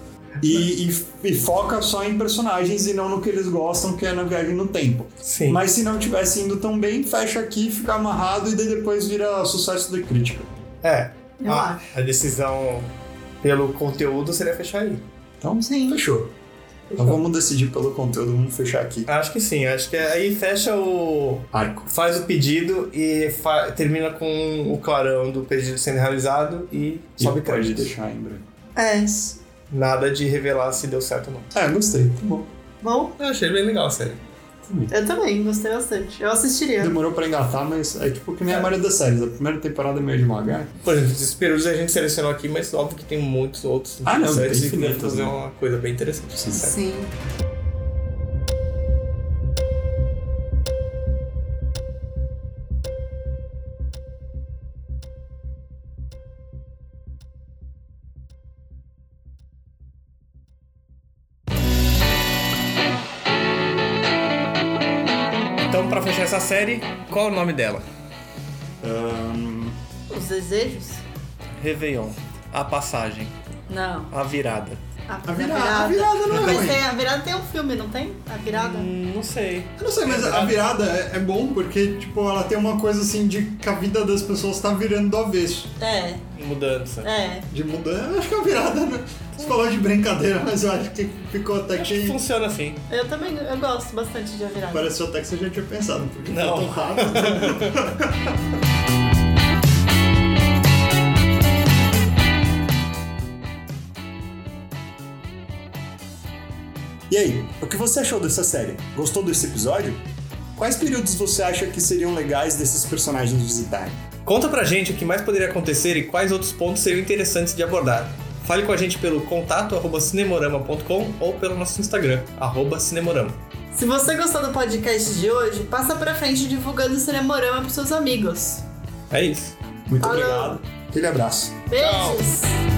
Speaker 3: E, e- e foca só em personagens e não no que eles gostam, que é na viagem no tempo.
Speaker 1: Sim.
Speaker 3: Mas se não tivesse indo tão bem, fecha aqui, fica amarrado e daí depois vira sucesso da crítica.
Speaker 1: É.
Speaker 2: Eu
Speaker 3: Ah.
Speaker 1: a,
Speaker 2: acho.
Speaker 1: a decisão pelo conteúdo seria fechar aí.
Speaker 3: Então,
Speaker 2: Sim.
Speaker 3: fechou. Então vamos decidir pelo conteúdo, vamos fechar aqui.
Speaker 1: Acho que sim, acho que aí fecha o.
Speaker 3: Arco.
Speaker 1: Faz o pedido e fa- termina com o clarão do pedido sendo realizado e sobe
Speaker 3: E pode
Speaker 1: créditos.
Speaker 3: deixar em branco.
Speaker 2: É isso.
Speaker 1: Nada de revelar se deu certo ou não.
Speaker 3: É, gostei. Tá bom.
Speaker 2: Bom,
Speaker 1: Eu achei bem legal a série.
Speaker 2: eu também gostei bastante. Eu assistiria.
Speaker 3: Demorou pra engatar, mas é tipo que nem a maioria das séries. A primeira temporada é meio devagar.
Speaker 1: Por exemplo, esses perus a gente selecionou aqui, mas óbvio que tem muitos outros
Speaker 3: Ah, não,
Speaker 1: interessantes
Speaker 3: tem
Speaker 1: e que deve
Speaker 3: infinitos,
Speaker 1: fazer
Speaker 3: né?
Speaker 1: uma coisa bem interessante.
Speaker 3: Sim.
Speaker 1: sabe?
Speaker 2: Sim.
Speaker 1: Então, pra fechar essa série, qual é o nome dela?
Speaker 3: Ahn,
Speaker 2: Os desejos?
Speaker 1: Réveillon. A passagem.
Speaker 2: Não.
Speaker 1: A virada.
Speaker 2: A,
Speaker 3: a, virada, a virada não é
Speaker 2: Mas
Speaker 3: ruim.
Speaker 2: tem, a virada tem um filme, não tem? A virada?
Speaker 1: Hum, Não sei.
Speaker 3: Eu não sei, mas a virada é, é bom porque, tipo, ela tem uma coisa assim de que a vida das pessoas tá virando do avesso.
Speaker 2: É,
Speaker 1: Mudança.
Speaker 2: é.
Speaker 3: De mudança. Eu acho que a virada, né? Você falou de brincadeira, mas eu acho que ficou até
Speaker 1: Acho que
Speaker 3: que.
Speaker 1: funciona assim.
Speaker 2: Eu também eu gosto bastante de a virada.
Speaker 3: Pareceu até que você já tinha pensado, porque foi
Speaker 1: Não.
Speaker 3: tão rápido. E aí, o que você achou dessa série? Gostou desse episódio? Quais períodos você acha que seriam legais desses personagens visitarem?
Speaker 1: Conta pra gente o que mais poderia acontecer e quais outros pontos seriam interessantes de abordar. Fale com a gente pelo contato arroba cinemorama.com ou pelo nosso Instagram, arroba cinemorama.
Speaker 2: Se você gostou do podcast de hoje, passa pra frente divulgando o Cinemorama pros seus amigos.
Speaker 1: É isso.
Speaker 3: Muito
Speaker 2: Falou.
Speaker 3: obrigado. Aquele abraço.
Speaker 2: Beijos!